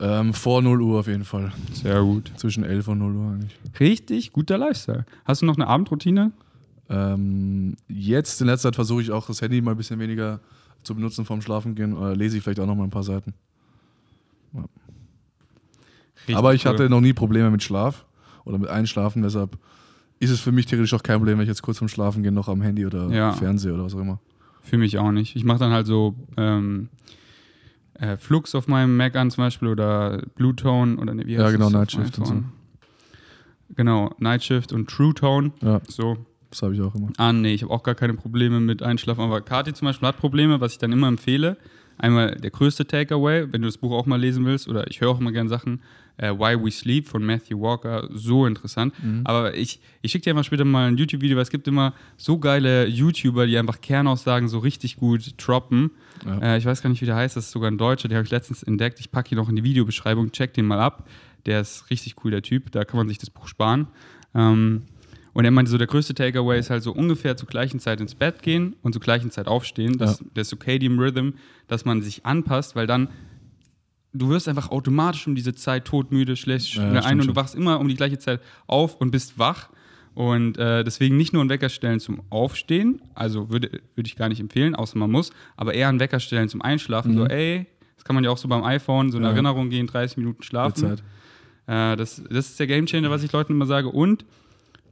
Speaker 2: Ähm, vor 0 Uhr auf jeden Fall.
Speaker 1: Sehr gut.
Speaker 2: Zwischen 11 und 0 Uhr eigentlich.
Speaker 1: Richtig guter Lifestyle. Hast du noch eine Abendroutine?
Speaker 2: Ähm, jetzt in letzter Zeit versuche ich auch das Handy mal ein bisschen weniger zu benutzen vorm Schlafengehen. Äh, lese ich vielleicht auch noch mal ein paar Seiten.
Speaker 1: Richtig
Speaker 2: Aber ich
Speaker 1: cool.
Speaker 2: hatte noch nie Probleme mit Schlaf oder mit Einschlafen, deshalb ist es für mich theoretisch auch kein Problem, wenn ich jetzt kurz vorm Schlafen gehe, noch am Handy oder
Speaker 1: Ja.
Speaker 2: Fernseher oder was auch immer.
Speaker 1: Für mich auch nicht. Ich mache dann halt so ähm, äh, Flux auf meinem Mac an zum Beispiel oder Blue Tone oder ne, wie
Speaker 2: Ja,
Speaker 1: heißt
Speaker 2: genau,
Speaker 1: das auf
Speaker 2: Night
Speaker 1: dem
Speaker 2: Shift und
Speaker 1: iPhone? Genau, Night Shift und True Tone.
Speaker 2: Ja,
Speaker 1: So
Speaker 2: das habe ich auch immer.
Speaker 1: an. Ah, Nee, ich habe auch gar keine Probleme mit Einschlafen. Aber Kati zum Beispiel hat Probleme, was ich dann immer empfehle. Einmal der größte Takeaway, wenn du das Buch auch mal lesen willst, oder ich höre auch immer gerne Sachen, äh, Why We Sleep von Matthew Walker, so interessant. Aber ich, ich schicke dir einfach später mal ein YouTube-Video, weil es gibt immer so geile YouTuber, die einfach Kernaussagen so richtig gut droppen.
Speaker 2: Ja.
Speaker 1: Äh, ich weiß gar nicht, wie der heißt, das ist sogar ein Deutscher, den habe ich letztens entdeckt. Ich packe ihn noch in die Videobeschreibung, check den mal ab. Der ist richtig cool, der Typ, da kann man sich das Buch sparen. Ähm, und er meinte so, der größte Takeaway ist halt so ungefähr zur gleichen Zeit ins Bett gehen und zur gleichen Zeit aufstehen. Das,
Speaker 2: Ja.
Speaker 1: Der Circadian Rhythm, dass man sich anpasst, weil dann, du wirst einfach automatisch um diese Zeit todmüde, schlecht
Speaker 2: Ja, ja,
Speaker 1: schnell ein
Speaker 2: stimmt
Speaker 1: und du
Speaker 2: schon.
Speaker 1: wachst immer um die gleiche Zeit auf und bist wach. Und äh, deswegen nicht nur einen Wecker stellen zum Aufstehen, also würde, würde ich gar nicht empfehlen, außer man muss, aber eher einen Wecker stellen zum Einschlafen. So, ey, das kann man ja auch so beim iPhone, so eine
Speaker 2: Mhm. Ja.
Speaker 1: Erinnerung gehen, 30 Minuten schlafen.
Speaker 2: Zeit.
Speaker 1: Äh, das, das ist der Gamechanger, was ich Leuten immer sage. Und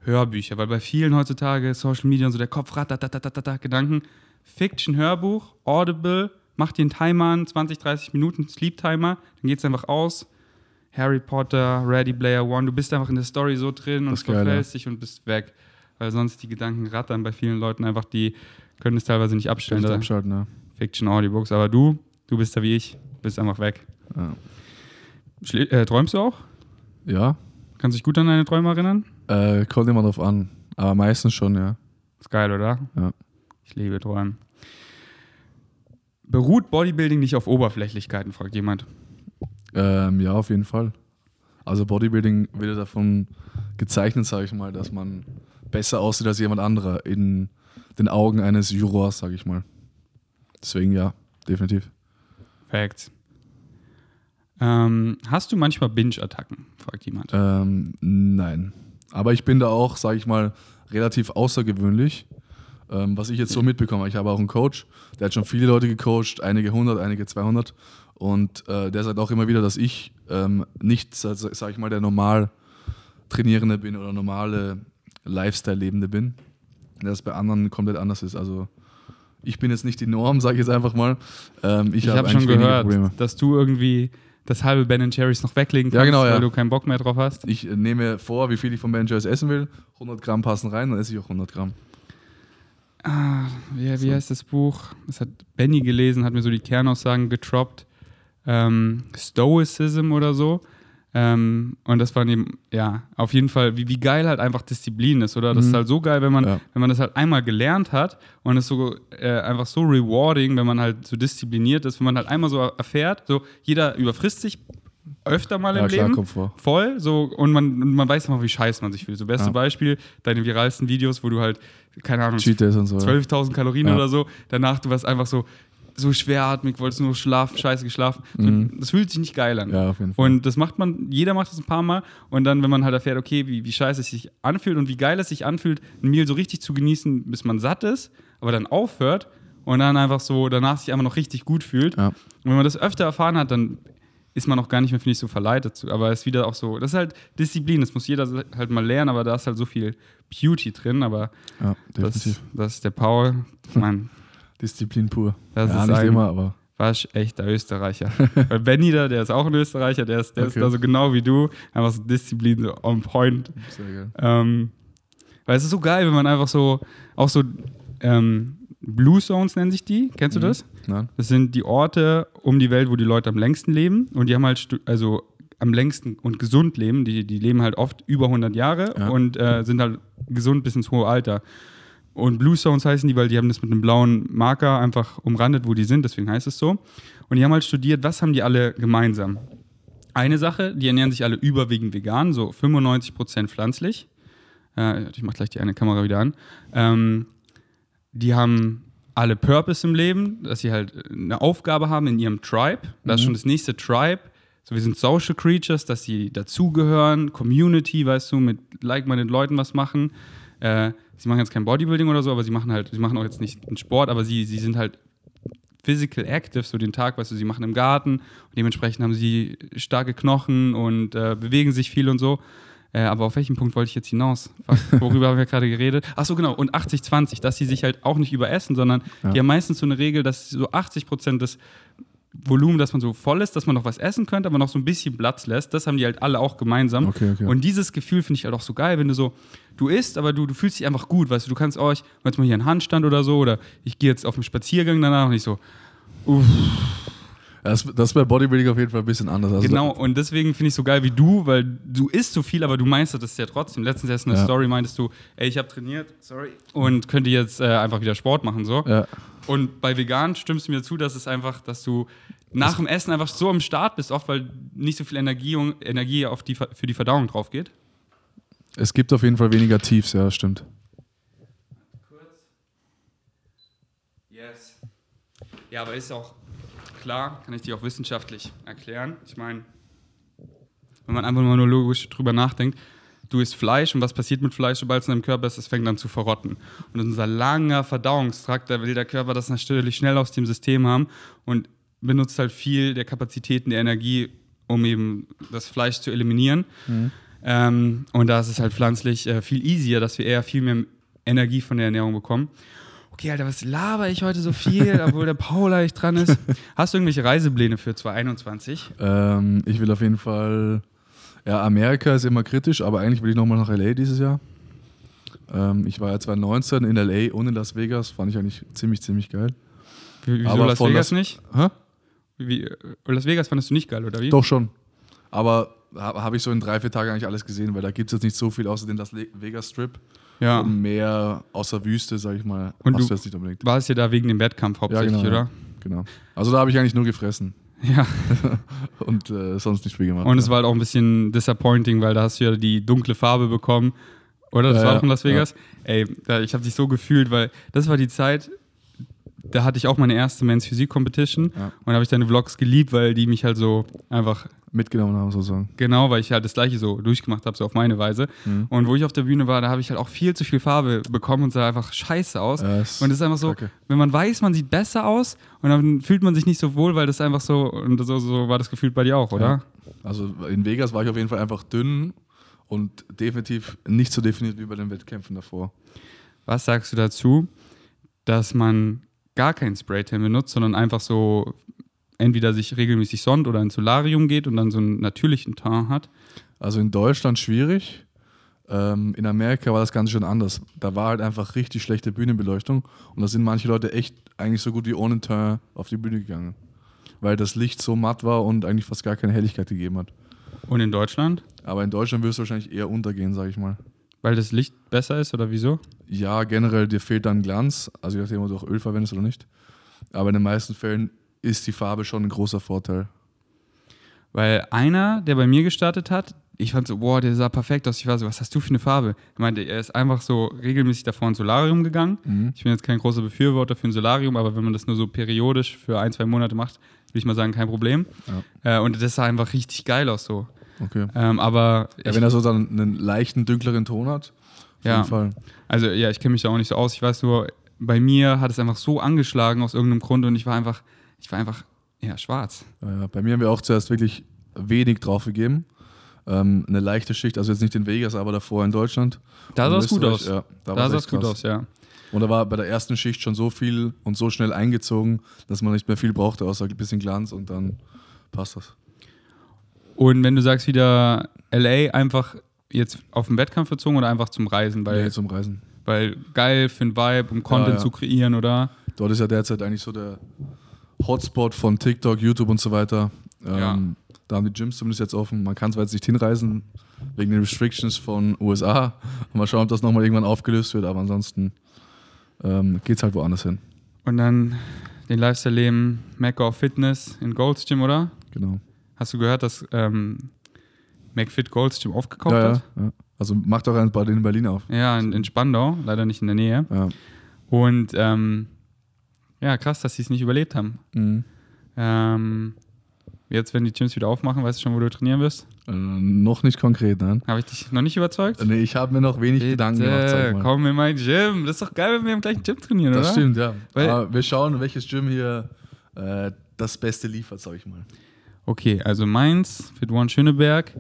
Speaker 1: Hörbücher, weil bei vielen heutzutage Social Media und so der Kopf rattatatatata Gedanken. Fiction, Hörbuch, Audible, mach dir einen Timer an, 20, 30 Minuten, Sleep Timer, dann geht's einfach aus. Harry Potter, Ready Player One, du bist einfach in der Story so drin und
Speaker 2: Das ist geil,
Speaker 1: verfällst dich und bist weg. Weil sonst die Gedanken rattern bei vielen Leuten einfach, die können es teilweise nicht abstellen.
Speaker 2: Nicht
Speaker 1: da-
Speaker 2: abschalten, ja.
Speaker 1: Fiction, Audiobooks, aber du, du bist da wie ich, bist einfach weg.
Speaker 2: Ja.
Speaker 1: Schli äh, träumst du auch?
Speaker 2: Ja,
Speaker 1: Kannst du dich gut an deine Träume erinnern?
Speaker 2: Äh, kommt immer drauf an. Aber meistens schon, ja.
Speaker 1: Ist geil, oder?
Speaker 2: Ja.
Speaker 1: Ich liebe Träumen. Beruht Bodybuilding nicht auf Oberflächlichkeiten, fragt jemand.
Speaker 2: Ähm, ja, auf jeden Fall. Also Bodybuilding wird ja davon gezeichnet, sage ich mal, dass man besser aussieht als jemand anderer in den Augen eines Jurors, sage ich mal. Deswegen ja, definitiv.
Speaker 1: Facts. Ähm, hast du manchmal Binge-Attacken, fragt jemand.
Speaker 2: Ähm, nein. Aber ich bin da auch, sage ich mal, relativ außergewöhnlich. Ähm, was ich jetzt so mitbekomme, ich habe auch einen Coach, der hat schon viele Leute gecoacht, einige 100, einige 200. Und äh, der sagt auch immer wieder, dass ich ähm, nicht, sage sag ich mal, der normal Trainierende bin oder normale Lifestyle-Lebende bin. Das bei anderen komplett anders ist. Also ich bin jetzt nicht die Norm, sage ich jetzt einfach mal. Ähm, ich
Speaker 1: ich
Speaker 2: habe
Speaker 1: habe schon
Speaker 2: eigentlich weniger
Speaker 1: gehört,
Speaker 2: Probleme.
Speaker 1: dass du irgendwie das halbe Ben Jerry's noch weglegen
Speaker 2: Ja,
Speaker 1: kannst,
Speaker 2: genau,
Speaker 1: weil
Speaker 2: ja.
Speaker 1: du keinen Bock mehr drauf hast.
Speaker 2: Ich äh, nehme vor, wie viel ich von Ben Jerry's essen will. 100 Gramm passen rein, dann esse ich auch 100 Gramm.
Speaker 1: Ah, wie, wie
Speaker 2: So.
Speaker 1: heißt das Buch? Das hat Benny gelesen, hat mir so die Kernaussagen getroppt. Ähm, Stoicism oder so. Ähm, und das waren eben, ja, auf jeden Fall, wie, wie geil halt einfach Disziplin ist, oder? Das
Speaker 2: Mhm.
Speaker 1: ist halt so geil, wenn man,
Speaker 2: Ja.
Speaker 1: wenn man das halt einmal gelernt hat und es so äh, einfach so rewarding, wenn man halt so diszipliniert ist, wenn man halt einmal so erfährt, so jeder überfrisst sich öfter mal
Speaker 2: Ja,
Speaker 1: im
Speaker 2: klar,
Speaker 1: Leben.
Speaker 2: kommt vor.
Speaker 1: Voll, so, und man, und man weiß einfach, wie scheiße man sich fühlt. So, beste
Speaker 2: Ja.
Speaker 1: Beispiel, deine viralsten Videos, wo du halt, keine Ahnung,
Speaker 2: Cheat Days und so. ja.
Speaker 1: 12.000 Kalorien
Speaker 2: Ja.
Speaker 1: oder so. Danach, du warst einfach so, so schweratmig, wolltest nur schlafen, scheiße geschlafen. So, Das fühlt sich nicht geil an.
Speaker 2: Mhm. Ja, auf jeden Fall.
Speaker 1: Und das macht man, jeder macht das ein paar Mal. Und dann, wenn man halt erfährt, okay, wie, wie scheiße es sich anfühlt und wie geil es sich anfühlt, ein Meal so richtig zu genießen, bis man satt ist, aber dann aufhört und dann einfach so danach sich einfach noch richtig gut fühlt.
Speaker 2: Ja.
Speaker 1: Und wenn man das öfter erfahren hat, dann ist man auch gar nicht mehr, finde ich, so verleitet zu. Aber es ist wieder auch so, das ist halt Disziplin, das muss jeder halt mal lernen, aber da ist halt so viel Beauty drin, aber
Speaker 2: Ja,
Speaker 1: das,
Speaker 2: definitiv.
Speaker 1: das ist der Paul. Mann,
Speaker 2: Disziplin pur.
Speaker 1: Das
Speaker 2: ja,
Speaker 1: ist
Speaker 2: nicht
Speaker 1: ein-
Speaker 2: immer, aber
Speaker 1: war ich echt der Österreicher. Weil Benny da, der ist auch ein Österreicher, der ist, der ist
Speaker 2: Okay.
Speaker 1: da so genau wie du, einfach so Disziplin so on point.
Speaker 2: sehr geil.
Speaker 1: Ähm, weil es ist so geil, wenn man einfach so, auch so ähm, Blue Zones nennen sich die,
Speaker 2: Mhm.
Speaker 1: kennst du das?
Speaker 2: Nein?
Speaker 1: Das sind die Orte um die Welt, wo die Leute am längsten leben. Und die haben halt, stu- also am längsten und gesund leben. Die, die leben halt oft über 100 Jahre
Speaker 2: Ja.
Speaker 1: und äh, sind halt gesund bis ins hohe Alter. Und Blue Zones heißen die, weil die haben das mit einem blauen Marker einfach umrandet, wo die sind. Deswegen heißt es so. Und die haben halt studiert, was haben die alle gemeinsam? Eine Sache, die ernähren sich alle überwiegend vegan, so 95% pflanzlich. Äh, ich mach gleich die eine Kamera wieder an. Ähm, die haben alle Purpose im Leben, dass sie halt eine Aufgabe haben in ihrem Tribe. Das ist schon das nächste Tribe. So, wir sind Social Creatures, dass sie dazugehören, Community, weißt du, mit like-minded Leuten was machen. Äh, sie machen jetzt kein Bodybuilding oder so, aber sie machen halt, sie machen auch jetzt nicht einen Sport, aber sie, sie sind halt physical active, so den Tag, weißt du, sie machen im Garten und dementsprechend haben sie starke Knochen und äh, bewegen sich viel und so. Äh, aber auf welchen Punkt wollte ich jetzt hinaus? Fuck, Worüber haben wir gerade geredet? Ach so, genau. Und 80-20, dass sie sich halt auch nicht überessen, sondern
Speaker 2: Ja.
Speaker 1: die haben meistens so eine Regel, dass so 80 Prozent des Volumen, dass man so voll ist, dass man noch was essen könnte, aber noch so ein bisschen Platz lässt. Das haben die halt alle auch gemeinsam.
Speaker 2: Okay, okay.
Speaker 1: Und dieses Gefühl finde ich halt auch so geil, wenn du so, du isst, aber du, du fühlst dich einfach gut, weißt du, du kannst auch, ich mach jetzt mal hier einen Handstand oder so, oder ich gehe jetzt auf einen Spaziergang danach und ich so,
Speaker 2: Das, das ist bei Bodybuilding auf jeden Fall ein bisschen anders. Also
Speaker 1: genau, und deswegen finde ich so geil wie du, weil du isst so viel, aber du meisterst es ja trotzdem. Letztens erst in der
Speaker 2: Ja.
Speaker 1: Story meintest du, ey, ich habe trainiert, sorry, und könnte jetzt äh, einfach wieder Sport machen, so.
Speaker 2: Ja,
Speaker 1: Und bei vegan stimmst du mir zu, dass es einfach, dass du nach dem Essen einfach so am Start bist, oft weil nicht so viel Energie, Energie auf die, Ver- für die Verdauung drauf geht.
Speaker 2: es gibt auf jeden Fall weniger Tiefs, ja, stimmt.
Speaker 1: Yes. Ja, aber ist auch klar, kann ich dir auch wissenschaftlich erklären. Ich meine, wenn man einfach mal nur logisch drüber nachdenkt, du isst Fleisch und was passiert mit Fleisch, sobald es in deinem Körper ist, es fängt an zu verrotten. Und unser langer Verdauungstrakt, da will der Körper das natürlich schnell aus dem System haben und benutzt halt viel der Kapazitäten der Energie, um eben das Fleisch zu eliminieren. Ähm, und da ist es halt pflanzlich äh, viel easier, dass wir eher viel mehr Energie von der Ernährung bekommen. Okay, Alter, was laber ich heute so viel, obwohl der Paul leicht dran ist? Hast du irgendwelche Reisepläne für 2021?
Speaker 2: Ähm, ich will auf jeden Fall. Ja, Amerika ist immer kritisch, aber eigentlich will ich nochmal nach LA dieses Jahr. Ähm, ich war ja 2019 in LA ohne Las Vegas, fand ich eigentlich ziemlich, ziemlich geil.
Speaker 1: Wie- Wieso
Speaker 2: Aber
Speaker 1: Las
Speaker 2: von
Speaker 1: Vegas
Speaker 2: Las-
Speaker 1: nicht?
Speaker 2: Hä?
Speaker 1: Wie, äh, Las Vegas fandest du nicht geil, oder wie?
Speaker 2: Doch schon. Aber habe hab ich so in drei, vier Tagen eigentlich alles gesehen, weil da gibt es jetzt nicht so viel außer den Las Le- Vegas Strip.
Speaker 1: Ja.
Speaker 2: Und mehr außer Wüste, sag ich mal.
Speaker 1: Und du-
Speaker 2: hast jetzt nicht unbedingt.
Speaker 1: War es ja da wegen dem Wettkampf hauptsächlich, oder?
Speaker 2: Genau. Also da habe ich eigentlich nur gefressen
Speaker 1: Ja.
Speaker 2: und äh, sonst nicht viel gemacht.
Speaker 1: Und es war halt auch ein bisschen disappointing, weil da hast du ja die dunkle Farbe bekommen. Oder? Das
Speaker 2: Ja,
Speaker 1: war
Speaker 2: ja,
Speaker 1: doch in Las Vegas. Ey, da, ich habe dich so gefühlt, weil das war die Zeit, da hatte ich auch meine erste Men's Physik Competition
Speaker 2: Ja.
Speaker 1: und da habe ich deine Vlogs geliebt, weil die mich halt so einfach
Speaker 2: mitgenommen haben sozusagen.
Speaker 1: Genau, weil ich halt das gleiche so durchgemacht habe, so auf meine Weise.
Speaker 2: Mhm.
Speaker 1: Und wo ich auf der Bühne war, da habe ich halt auch viel zu viel Farbe bekommen und sah einfach scheiße aus.
Speaker 2: Ja, ist
Speaker 1: und es ist einfach so,
Speaker 2: kacke.
Speaker 1: wenn man weiß, man sieht besser aus und dann fühlt man sich nicht so wohl, weil das einfach so, und so, so war das Gefühl bei dir auch, oder?
Speaker 2: Also in Vegas war ich auf jeden Fall einfach dünn und definitiv nicht so definiert wie bei den Wettkämpfen davor.
Speaker 1: Was sagst du dazu, dass man gar kein Spraytan benutzt, sondern einfach so entweder sich regelmäßig sonnt oder ins Solarium geht und dann so einen natürlichen Teint hat?
Speaker 2: Also in Deutschland schwierig. Ähm, in Amerika war das Ganze schon anders. Da war halt einfach richtig schlechte Bühnenbeleuchtung und da sind manche Leute echt eigentlich so gut wie ohne Teint auf die Bühne gegangen. Weil das Licht so matt war und eigentlich fast gar keine Helligkeit gegeben hat.
Speaker 1: Und in Deutschland?
Speaker 2: Aber in Deutschland wirst du wahrscheinlich eher untergehen, sag ich mal.
Speaker 1: Weil das Licht besser ist oder wieso?
Speaker 2: Ja, generell, dir fehlt dann Glanz, also je nachdem, ob du auch Öl verwendest oder nicht. Aber in den meisten Fällen ist die Farbe schon ein großer Vorteil.
Speaker 1: Weil einer, der bei mir gestartet hat, ich fand so, boah, der sah perfekt aus. Ich war so, was hast du für eine Farbe? Er meinte, er ist einfach so regelmäßig davor ins Solarium gegangen.
Speaker 2: Mhm.
Speaker 1: Ich bin jetzt kein großer Befürworter für ein Solarium, aber wenn man das nur so periodisch für ein, zwei Monate macht, würde ich mal sagen, kein Problem. Äh, und das sah einfach richtig geil aus so.
Speaker 2: Okay.
Speaker 1: Ähm, aber
Speaker 2: Ja,
Speaker 1: ich,
Speaker 2: wenn er so dann einen leichten, dünkleren Ton hat, auf
Speaker 1: Ja.
Speaker 2: jeden Fall.
Speaker 1: also ja, ich kenne mich da auch nicht so aus. Ich weiß nur, bei mir hat es einfach so angeschlagen aus irgendeinem Grund und ich war einfach, ich war einfach, ja, schwarz.
Speaker 2: Ja, Äh, bei mir haben wir auch zuerst wirklich wenig drauf gegeben. Ähm, eine leichte Schicht, also jetzt nicht in Vegas, aber davor in Deutschland.
Speaker 1: Da
Speaker 2: Und
Speaker 1: sah
Speaker 2: in
Speaker 1: es gut
Speaker 2: Österreich,
Speaker 1: aus.
Speaker 2: Ja, da
Speaker 1: da
Speaker 2: war's
Speaker 1: sah
Speaker 2: echt
Speaker 1: es gut
Speaker 2: krass.
Speaker 1: aus, ja.
Speaker 2: Und da war bei der ersten Schicht schon so viel und so schnell eingezogen, dass man nicht mehr viel brauchte, außer ein bisschen Glanz und dann passt das.
Speaker 1: Und wenn du sagst wieder LA, einfach jetzt auf den Wettkampf bezogen oder einfach zum Reisen, weil,
Speaker 2: Nee, zum Reisen.
Speaker 1: weil geil für ein Vibe, um Content
Speaker 2: ja.
Speaker 1: zu kreieren, oder?
Speaker 2: Dort ist ja derzeit eigentlich so der Hotspot von TikTok, YouTube und so weiter. Ähm,
Speaker 1: Ja.
Speaker 2: Da haben die Gyms zumindest jetzt offen. Man kann zwar jetzt nicht hinreisen, wegen den Restrictions von USA. Mal schauen, ob das nochmal irgendwann aufgelöst wird, aber ansonsten ähm, geht es halt woanders hin.
Speaker 1: Und dann den Lifestyle leben, Mecca of Fitness in Gold's Gym, oder?
Speaker 2: Genau.
Speaker 1: Hast du gehört, dass ähm, McFit Gold's Gym aufgekauft
Speaker 2: Ja, ja,
Speaker 1: hat?
Speaker 2: ja. Also macht doch ein paar in Berlin auf.
Speaker 1: Ja, in, in Spandau, leider nicht in der Nähe.
Speaker 2: Ja.
Speaker 1: Und ähm, ja, krass, dass sie es nicht überlebt haben.
Speaker 2: Mhm.
Speaker 1: Ähm, jetzt, wenn die Gyms wieder aufmachen, weißt du schon, wo du trainieren wirst?
Speaker 2: Äh, noch nicht konkret, nein.
Speaker 1: Habe ich dich noch nicht überzeugt?
Speaker 2: Nee, ich habe mir noch wenig Gedanken gemacht. Sag ich mal.
Speaker 1: komm in mein Gym. Das ist doch geil, wenn wir im gleichen Gym trainieren,
Speaker 2: Das
Speaker 1: oder?
Speaker 2: stimmt, ja.
Speaker 1: Weil-
Speaker 2: aber wir schauen, welches Gym hier äh, das Beste liefert, sag ich mal.
Speaker 1: Okay, also Mainz, Fit One Schöneberg,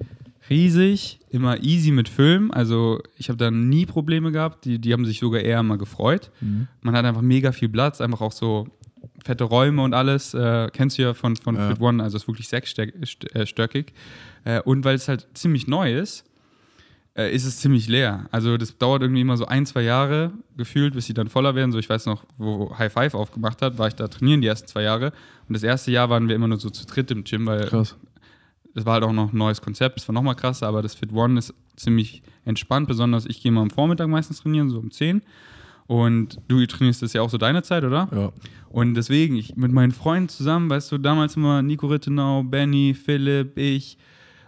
Speaker 1: riesig, immer easy mit Film. Also ich habe da nie Probleme gehabt. Die, die haben sich sogar eher mal gefreut.
Speaker 2: Mhm.
Speaker 1: Man hat einfach mega viel Platz, einfach auch so fette Räume und alles. Äh, kennst du ja von, von
Speaker 2: Ja.
Speaker 1: Fit One, also es ist wirklich sechsstöckig. Äh, und weil es halt ziemlich neu ist, äh, ist es ziemlich leer. Also das dauert irgendwie immer so ein, zwei Jahre gefühlt, bis sie dann voller werden. So ich weiß noch, wo High Five aufgemacht hat, war ich da trainieren die ersten zwei Jahre. Und das erste Jahr waren wir immer nur so zu dritt im Gym, weil
Speaker 2: Krass.
Speaker 1: es war halt auch noch ein neues Konzept. Es war nochmal krasser, aber das Fit One ist ziemlich entspannt. Besonders ich gehe mal am Vormittag meistens trainieren, so um 10. Und du trainierst das ja auch so deine Zeit, oder?
Speaker 2: Ja.
Speaker 1: Und deswegen, ich mit meinen Freunden zusammen, weißt du, damals immer Nico Rittenau, Benny, Philipp, ich,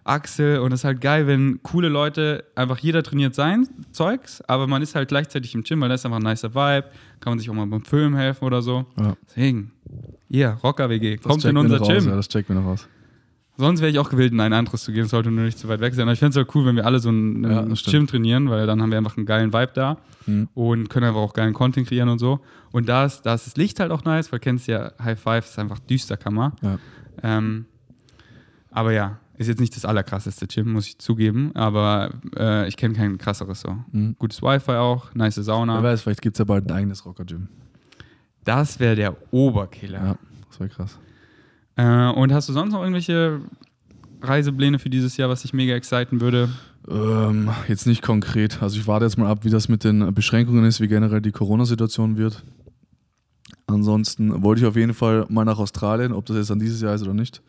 Speaker 1: Axel. Und es ist halt geil, wenn coole Leute, einfach jeder trainiert sein Zeugs, aber man ist halt gleichzeitig im Gym, weil das ist einfach ein nicer Vibe. Kann man sich auch mal beim Film helfen oder so.
Speaker 2: Ja.
Speaker 1: Deswegen, ihr, Rocker WG,
Speaker 2: Das
Speaker 1: kommt in
Speaker 2: checken wir
Speaker 1: unser
Speaker 2: noch raus,
Speaker 1: Gym.
Speaker 2: Ja, das checken wir noch raus.
Speaker 1: Sonst wäre ich auch gewillt, in ein anderes zu gehen. Es sollte nur nicht zu weit weg sein. Aber ich fände es halt cool, wenn wir alle so ein
Speaker 2: Ja,
Speaker 1: ein
Speaker 2: das stimmt.
Speaker 1: Gym trainieren, weil dann haben wir einfach einen geilen Vibe da
Speaker 2: Mhm.
Speaker 1: und können einfach auch geilen Content kreieren und so. Und da ist, da ist das Licht halt auch nice, weil kennst ja, High Five ist einfach Düsterkammer.
Speaker 2: Ja.
Speaker 1: Ähm, aber ja, ist jetzt nicht das allerkrasseste Gym, muss ich zugeben. Aber äh, ich kenne kein krasseres so.
Speaker 2: Mhm.
Speaker 1: Gutes Wi-Fi auch, nice Sauna.
Speaker 2: Wer weiß, vielleicht gibt es ja bald ein eigenes Rocker-Gym.
Speaker 1: das wäre der Oberkiller.
Speaker 2: Ja, das wäre krass.
Speaker 1: Äh, und hast du sonst noch irgendwelche Reisepläne für dieses Jahr, was dich mega exciten würde?
Speaker 2: Ähm, jetzt nicht konkret. Also ich warte jetzt mal ab, wie das mit den Beschränkungen ist, wie generell die Corona-Situation wird. Ansonsten wollte ich auf jeden Fall mal nach Australien, ob das jetzt dann dieses Jahr ist oder nicht.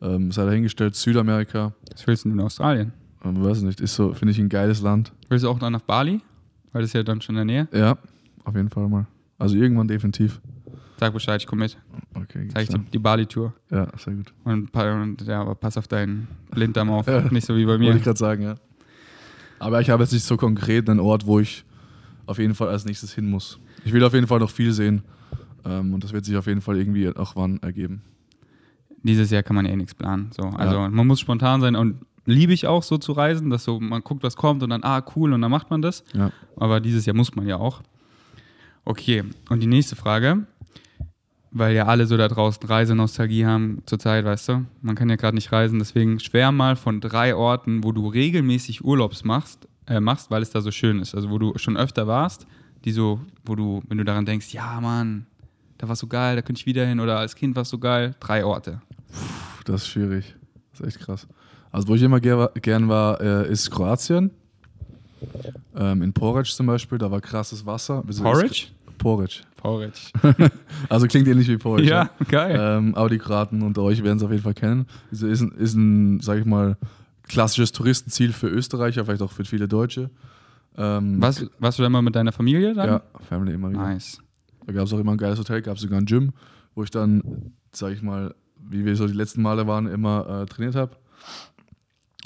Speaker 2: Ähm, sei dahingestellt, Südamerika,
Speaker 1: Was willst du denn in Australien?
Speaker 2: ähm, weiß nicht, ist so, finde ich ein geiles Land.
Speaker 1: Willst du auch dann nach Bali? Weil das ist ja dann schon in der Nähe.
Speaker 2: Ja, auf jeden Fall mal. Also irgendwann definitiv.
Speaker 1: Sag Bescheid, ich komme mit.
Speaker 2: Okay,
Speaker 1: Zeig ich dir
Speaker 2: gibt's
Speaker 1: die Bali-Tour.
Speaker 2: dann. Ja, sehr gut.
Speaker 1: Und, pa- und ja, aber pass auf deinen Blinddarm auf.
Speaker 2: Ja.
Speaker 1: Nicht so wie bei
Speaker 2: Wollte
Speaker 1: mir.
Speaker 2: ich gerade sagen, ja. Aber ich habe jetzt nicht so konkret einen Ort, wo ich auf jeden Fall als nächstes hin muss. Ich will auf jeden Fall noch viel sehen. Ähm, und das wird sich auf jeden Fall irgendwie auch wann ergeben.
Speaker 1: Dieses Jahr kann man eh nichts planen. So, also
Speaker 2: Ja.
Speaker 1: man muss spontan sein und liebe ich auch so zu reisen, dass so man guckt, was kommt und dann, ah, cool, und dann macht man das.
Speaker 2: Ja.
Speaker 1: Aber dieses Jahr muss man ja auch. Okay, und die nächste Frage, weil ja alle so da draußen Reisenostalgie haben zurzeit, weißt du? Man kann ja gerade nicht reisen, deswegen schwärm mal von drei Orten, wo du regelmäßig Urlaubs machst, äh, machst, weil es da so schön ist. Also wo du schon öfter warst, die so, wo du, wenn du daran denkst, ja Mann, da war so geil, da könnte ich wieder hin oder als Kind war es so geil. Drei Orte.
Speaker 2: Puh, das ist schwierig. Das ist echt krass. Also, wo ich immer ger gern war, äh, ist Kroatien. Ähm, in Porridge zum Beispiel, da war krasses Wasser. Also ist- Porridge.
Speaker 1: Porridge.
Speaker 2: Also klingt ähnlich wie Porridge.
Speaker 1: Ja, geil.
Speaker 2: Ähm, aber die Kroaten unter euch werden es auf jeden Fall kennen. Also ist, ein- ist ein, sag ich mal, klassisches Touristenziel für Österreicher, vielleicht auch für viele Deutsche. Ähm,
Speaker 1: Was, warst du da immer mit deiner Familie dann?
Speaker 2: Ja, Family immer wieder.
Speaker 1: Nice.
Speaker 2: Da gab es auch immer ein geiles Hotel, gab es sogar ein Gym, wo ich dann, sag ich mal, wie wir so die letzten Male waren, immer äh, trainiert habe.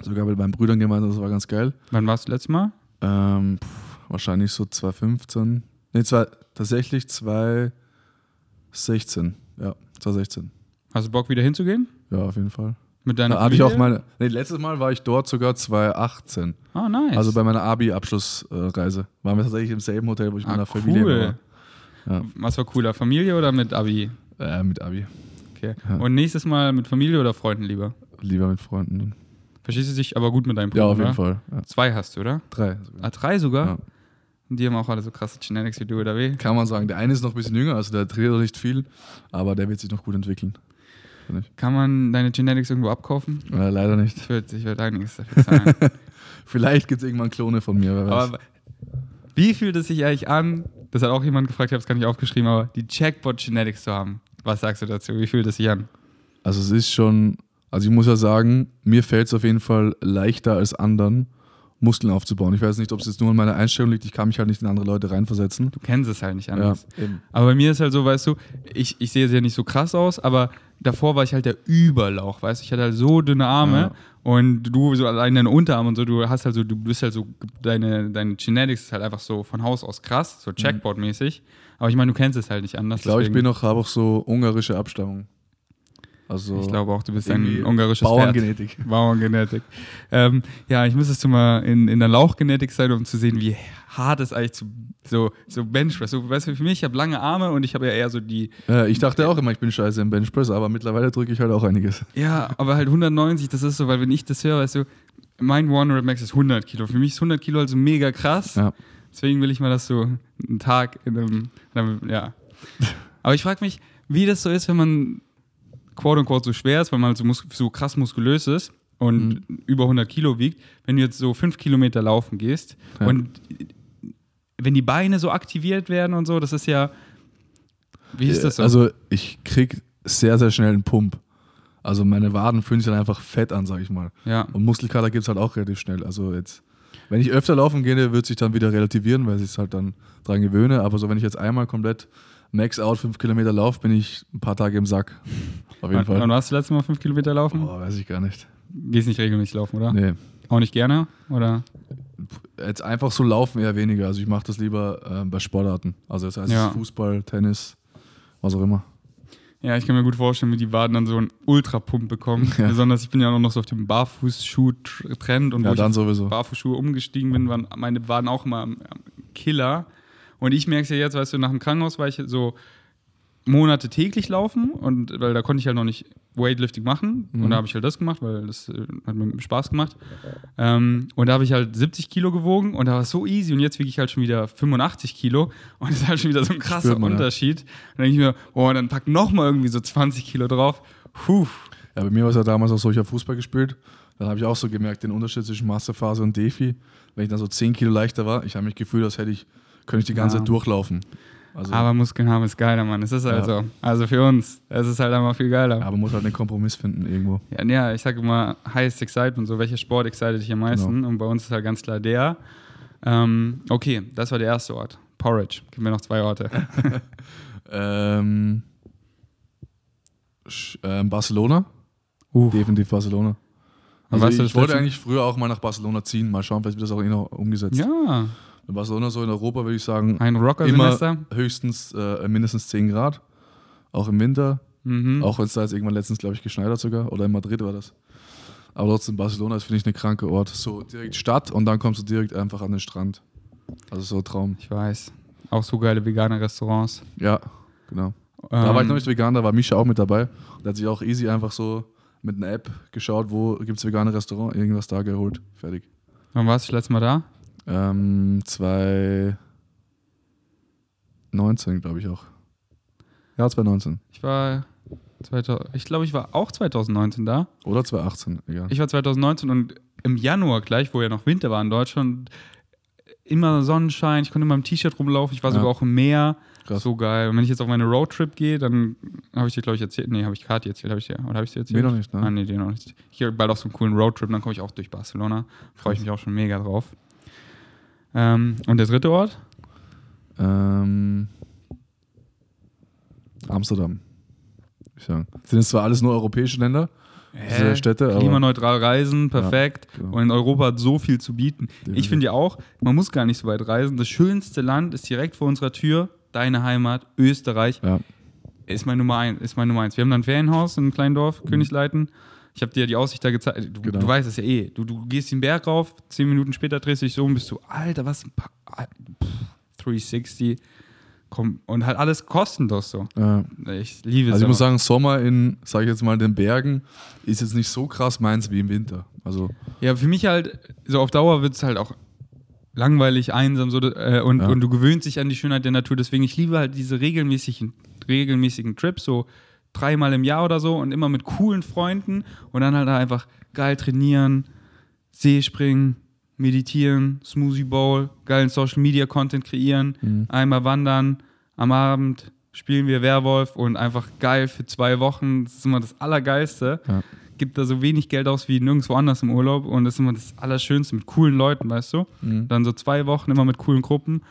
Speaker 2: Sogar mit meinen Brüdern gemeinsam, das war ganz geil.
Speaker 1: Wann warst du letztes Mal?
Speaker 2: Ähm, pff, wahrscheinlich so 2015. Nee, zwei, tatsächlich 2016. Ja, 2016.
Speaker 1: Hast du Bock wieder hinzugehen?
Speaker 2: Ja, auf jeden Fall.
Speaker 1: Mit deiner
Speaker 2: Da hatte ich auch
Speaker 1: Familie?
Speaker 2: meine. Nee, letztes Mal war ich dort sogar 2018.
Speaker 1: Ah, nice.
Speaker 2: Also bei meiner Abi-Abschlussreise. Waren wir tatsächlich im selben Hotel, wo ich mit meiner
Speaker 1: ah,
Speaker 2: Familie
Speaker 1: cool.
Speaker 2: war. Ja.
Speaker 1: Was war cooler, Familie oder mit Abi?
Speaker 2: war. Äh, mit Abi.
Speaker 1: Okay.
Speaker 2: Ja.
Speaker 1: Und nächstes Mal mit Familie oder Freunden lieber?
Speaker 2: Lieber mit Freunden.
Speaker 1: Verstehst du dich aber gut mit deinem Bruder?
Speaker 2: Ja, auf jeden
Speaker 1: oder?
Speaker 2: Fall. Ja.
Speaker 1: Zwei hast du, oder?
Speaker 2: Drei. sogar.
Speaker 1: Ah, drei sogar?
Speaker 2: Ja.
Speaker 1: Und die haben auch alle so krasse Genetics wie du, oder wie?
Speaker 2: Kann man sagen. Der eine ist noch ein bisschen jünger, also der trainiert noch nicht viel, aber der wird sich noch gut entwickeln.
Speaker 1: Kann man deine Genetics irgendwo abkaufen?
Speaker 2: Äh, leider nicht.
Speaker 1: Ich würde ich würd einiges dafür zahlen.
Speaker 2: Vielleicht gibt es irgendwann Klone von mir, wer weiß.
Speaker 1: aber wie fühlt es sich eigentlich an? Das hat auch jemand gefragt, ich habe es gar nicht aufgeschrieben, aber die Jackpot Genetics zu haben. Was sagst du dazu? Wie fühlt es sich an?
Speaker 2: Also es ist schon, also ich muss ja sagen, mir fällt es auf jeden Fall leichter als anderen, Muskeln aufzubauen. Ich weiß nicht, ob es jetzt nur an meiner Einstellung liegt, ich kann mich halt nicht in andere Leute reinversetzen.
Speaker 1: Du kennst es halt nicht
Speaker 2: Ja,
Speaker 1: anders.
Speaker 2: eben.
Speaker 1: Aber bei mir ist halt so, weißt du, ich, ich sehe es ja nicht so krass aus, aber davor war ich halt der Überlauch, weißt du, ich hatte halt so dünne Arme
Speaker 2: Ja.
Speaker 1: und du so allein deine Unterarme und so, du hast halt so, du bist halt so, deine, deine Genetics ist halt einfach so von Haus aus krass, so Checkboard-mäßig. Aber ich meine, du kennst es halt nicht anders.
Speaker 2: Mhm. Ich glaube, ich
Speaker 1: deswegen-
Speaker 2: bin auch, habe auch so ungarische Abstammung. Also
Speaker 1: ich glaube auch, du bist
Speaker 2: irgendwie
Speaker 1: ein ungarisches Pferd.
Speaker 2: Bauerngenetik.
Speaker 1: Bauerngenetik. Ähm, ja, ich müsstest du mal in, in der Lauchgenetik sein, um zu sehen, wie hart es eigentlich zu, so, so Benchpress. So, weißt du, für mich, ich habe lange Arme und ich habe ja eher so die,
Speaker 2: Äh, ich dachte auch immer, ich bin scheiße im Benchpress, aber mittlerweile drücke ich halt auch einiges.
Speaker 1: Ja, aber halt 190, das ist so, weil wenn ich das höre, weißt du, mein One Rep Max ist 100 Kilo. Für mich ist 100 Kilo also mega krass.
Speaker 2: Ja.
Speaker 1: Deswegen will ich mal, dass du einen Tag in einem, in einem ja. Aber ich frage mich, wie das so ist, wenn man quote unquote so schwer ist, weil man halt so, mus so krass muskulös ist und
Speaker 2: Mhm.
Speaker 1: über 100 Kilo wiegt, wenn du jetzt so 5 Kilometer laufen gehst
Speaker 2: Ja.
Speaker 1: und wenn die Beine so aktiviert werden und so, das ist ja, wie ist das so?
Speaker 2: Also ich krieg sehr, sehr schnell einen Pump. Also meine Waden fühlen sich dann einfach fett an, sag ich mal.
Speaker 1: ja.
Speaker 2: Und Muskelkater gibt es halt auch relativ schnell. Also jetzt, wenn ich öfter laufen gehe, wird sich dann wieder relativieren, weil ich es halt dann dran gewöhne. Aber so, wenn ich jetzt einmal komplett max out fünf Kilometer laufe, bin ich ein paar Tage im Sack. Auf jeden
Speaker 1: Wann, wann
Speaker 2: Fall.
Speaker 1: warst du letztes Mal 5 Kilometer laufen?
Speaker 2: Boah, weiß ich gar nicht.
Speaker 1: Gehst nicht regelmäßig laufen, oder?
Speaker 2: Nee.
Speaker 1: Auch nicht gerne? Oder?
Speaker 2: Jetzt einfach so laufen eher weniger. Also ich mache das lieber ähm, bei Sportarten. Also das heißt
Speaker 1: Ja.
Speaker 2: Fußball, Tennis, was auch immer.
Speaker 1: Ja, ich kann mir gut vorstellen, wie die Waden dann so einen Ultrapump bekommen.
Speaker 2: Ja.
Speaker 1: Besonders ich bin ja auch noch so auf dem Barfußschuh-Trend und
Speaker 2: Ja,
Speaker 1: wo
Speaker 2: dann
Speaker 1: ich
Speaker 2: sowieso.
Speaker 1: auf Barfußschuhe umgestiegen bin, waren meine Waden auch immer am, am Killer. Und ich merke es ja jetzt, weißt du, nach dem Krankenhaus war ich so Monate täglich laufen und weil da konnte ich halt noch nicht Weightlifting machen
Speaker 2: Mhm.
Speaker 1: und da habe ich halt das gemacht, weil das äh, hat mir Spaß gemacht. Ähm, und da habe ich halt 70 Kilo gewogen und da war es so easy und jetzt wiege ich halt schon wieder 85 Kilo und es ist halt schon wieder so ein krasser
Speaker 2: Spürt man, ja.
Speaker 1: Unterschied. Und dann denke ich mir, oh, und dann pack noch mal irgendwie so 20 Kilo drauf. Puh.
Speaker 2: Ja, bei mir war es ja damals auch so, ich habe Fußball gespielt. Dann habe ich auch so gemerkt, den Unterschied zwischen Masterphase und Defi. Wenn ich dann so 10 Kilo leichter war, ich habe mich gefühlt, als hätte ich, könnte ich die ganze
Speaker 1: Ja.
Speaker 2: Zeit durchlaufen. Also,
Speaker 1: Aber Muskeln haben ist geiler, Mann. Es ist halt
Speaker 2: Ja.
Speaker 1: so. Also für uns. Es ist halt einfach viel geiler.
Speaker 2: aber muss halt einen Kompromiss finden irgendwo.
Speaker 1: Ja, ja, ich sage immer highest excitement, so welcher Sport excited dich am
Speaker 2: Genau.
Speaker 1: meisten. Und bei uns ist halt ganz klar der. Ähm, okay, das war der erste Ort. Porridge. Gibt mir noch zwei Orte.
Speaker 2: Ähm, Sch- ähm, Barcelona,
Speaker 1: Uh,
Speaker 2: definitiv Barcelona.
Speaker 1: Und
Speaker 2: Also
Speaker 1: warst du
Speaker 2: ich
Speaker 1: das
Speaker 2: wollte
Speaker 1: letzte-
Speaker 2: eigentlich früher auch mal nach Barcelona ziehen. Mal schauen, vielleicht wird das auch eh noch umgesetzt.
Speaker 1: ja,
Speaker 2: In Barcelona so in Europa würde ich sagen,
Speaker 1: ein Rocker-Semester.
Speaker 2: immer höchstens äh, mindestens 10 Grad. Auch im Winter.
Speaker 1: Mhm.
Speaker 2: Auch wenn es da jetzt irgendwann letztens, glaube ich, geschneit hat sogar. Oder in Madrid war das. Aber trotzdem, Barcelona ist, finde ich, eine kranke Ort. So direkt Stadt und dann kommst du direkt einfach an den Strand. Also so ein Traum.
Speaker 1: Ich weiß. Auch so geile vegane Restaurants.
Speaker 2: Ja, genau. Da war ich
Speaker 1: Ähm,
Speaker 2: noch nicht vegan, da war Misha auch mit dabei. Der hat sich auch easy einfach so mit einer App geschaut, wo gibt es vegane Restaurant, irgendwas da geholt. Fertig.
Speaker 1: Wann warst du das letzte Mal da?
Speaker 2: Ähm, 2019, glaube ich auch. Ja, 2019.
Speaker 1: Ich war. 2000, ich glaube, ich war auch 2019 da.
Speaker 2: Oder 2018, egal.
Speaker 1: Ich war 2019 und im Januar gleich, wo ja noch Winter war in Deutschland, immer Sonnenschein, ich konnte immer im T-Shirt rumlaufen, ich war
Speaker 2: Ja.
Speaker 1: sogar auch im Meer.
Speaker 2: Krass.
Speaker 1: So geil. Und wenn ich jetzt auf meine Roadtrip gehe, dann habe ich dir, glaube ich, erzählt. Nee, habe ich Kati erzählt, habe ich dir. Oder habe ich dir erzählt?
Speaker 2: Mir noch nicht, ne?
Speaker 1: Ah, nee, dir noch nicht. Hier bald auf so einen coolen Roadtrip, dann komme ich auch durch Barcelona. Freue ich mich auch schon mega drauf. Ähm, und der dritte Ort?
Speaker 2: Ähm, Amsterdam. würd Ich sagen. Das sind jetzt zwar alles nur europäische Länder, diese Städte, aber
Speaker 1: Klimaneutral reisen, perfekt.
Speaker 2: genau.
Speaker 1: Und in Europa hat so viel zu bieten. Ich
Speaker 2: Definitiv.
Speaker 1: finde ja auch, man muss gar nicht so weit reisen. Das schönste Land ist direkt vor unserer Tür, deine Heimat, Österreich.
Speaker 2: ja,
Speaker 1: Ist mein Nummer eins. Ist mein Nummer eins. Wir haben da ein Ferienhaus in einem kleinen Dorf, Königsleiten. Ich habe dir die Aussicht da gezeigt. Du,
Speaker 2: Mhm. Genau.
Speaker 1: du weißt es ja eh. Du, du gehst den Berg rauf, zehn Minuten später drehst du dich so um, bist du, Alter, was ein paar. Al- Pff, 360. Komm, und halt alles kostenlos so.
Speaker 2: äh,
Speaker 1: Ich liebe es.
Speaker 2: Also ich muss
Speaker 1: aber.
Speaker 2: sagen, Sommer in, sag ich jetzt mal, den Bergen ist jetzt nicht so krass meins wie im Winter. Also
Speaker 1: Ja, für mich halt, so auf Dauer wird es halt auch langweilig, einsam so, äh, und,
Speaker 2: Ja.
Speaker 1: und du gewöhnst dich an die Schönheit der Natur. Deswegen, ich liebe halt diese regelmäßigen, regelmäßigen Trips, so dreimal im Jahr oder so und immer mit coolen Freunden und dann halt einfach geil trainieren, See springen, meditieren, Smoothie Bowl, geilen Social Media Content kreieren, einmal wandern, am Abend spielen wir Werwolf und einfach geil für zwei Wochen. Das ist immer das Allergeilste.
Speaker 2: Ja.
Speaker 1: Gibt da so wenig Geld aus wie nirgendwo anders im Urlaub und das ist immer das Allerschönste mit coolen Leuten, weißt du?
Speaker 2: Mhm. hm.
Speaker 1: Dann so zwei Wochen immer mit coolen Gruppen.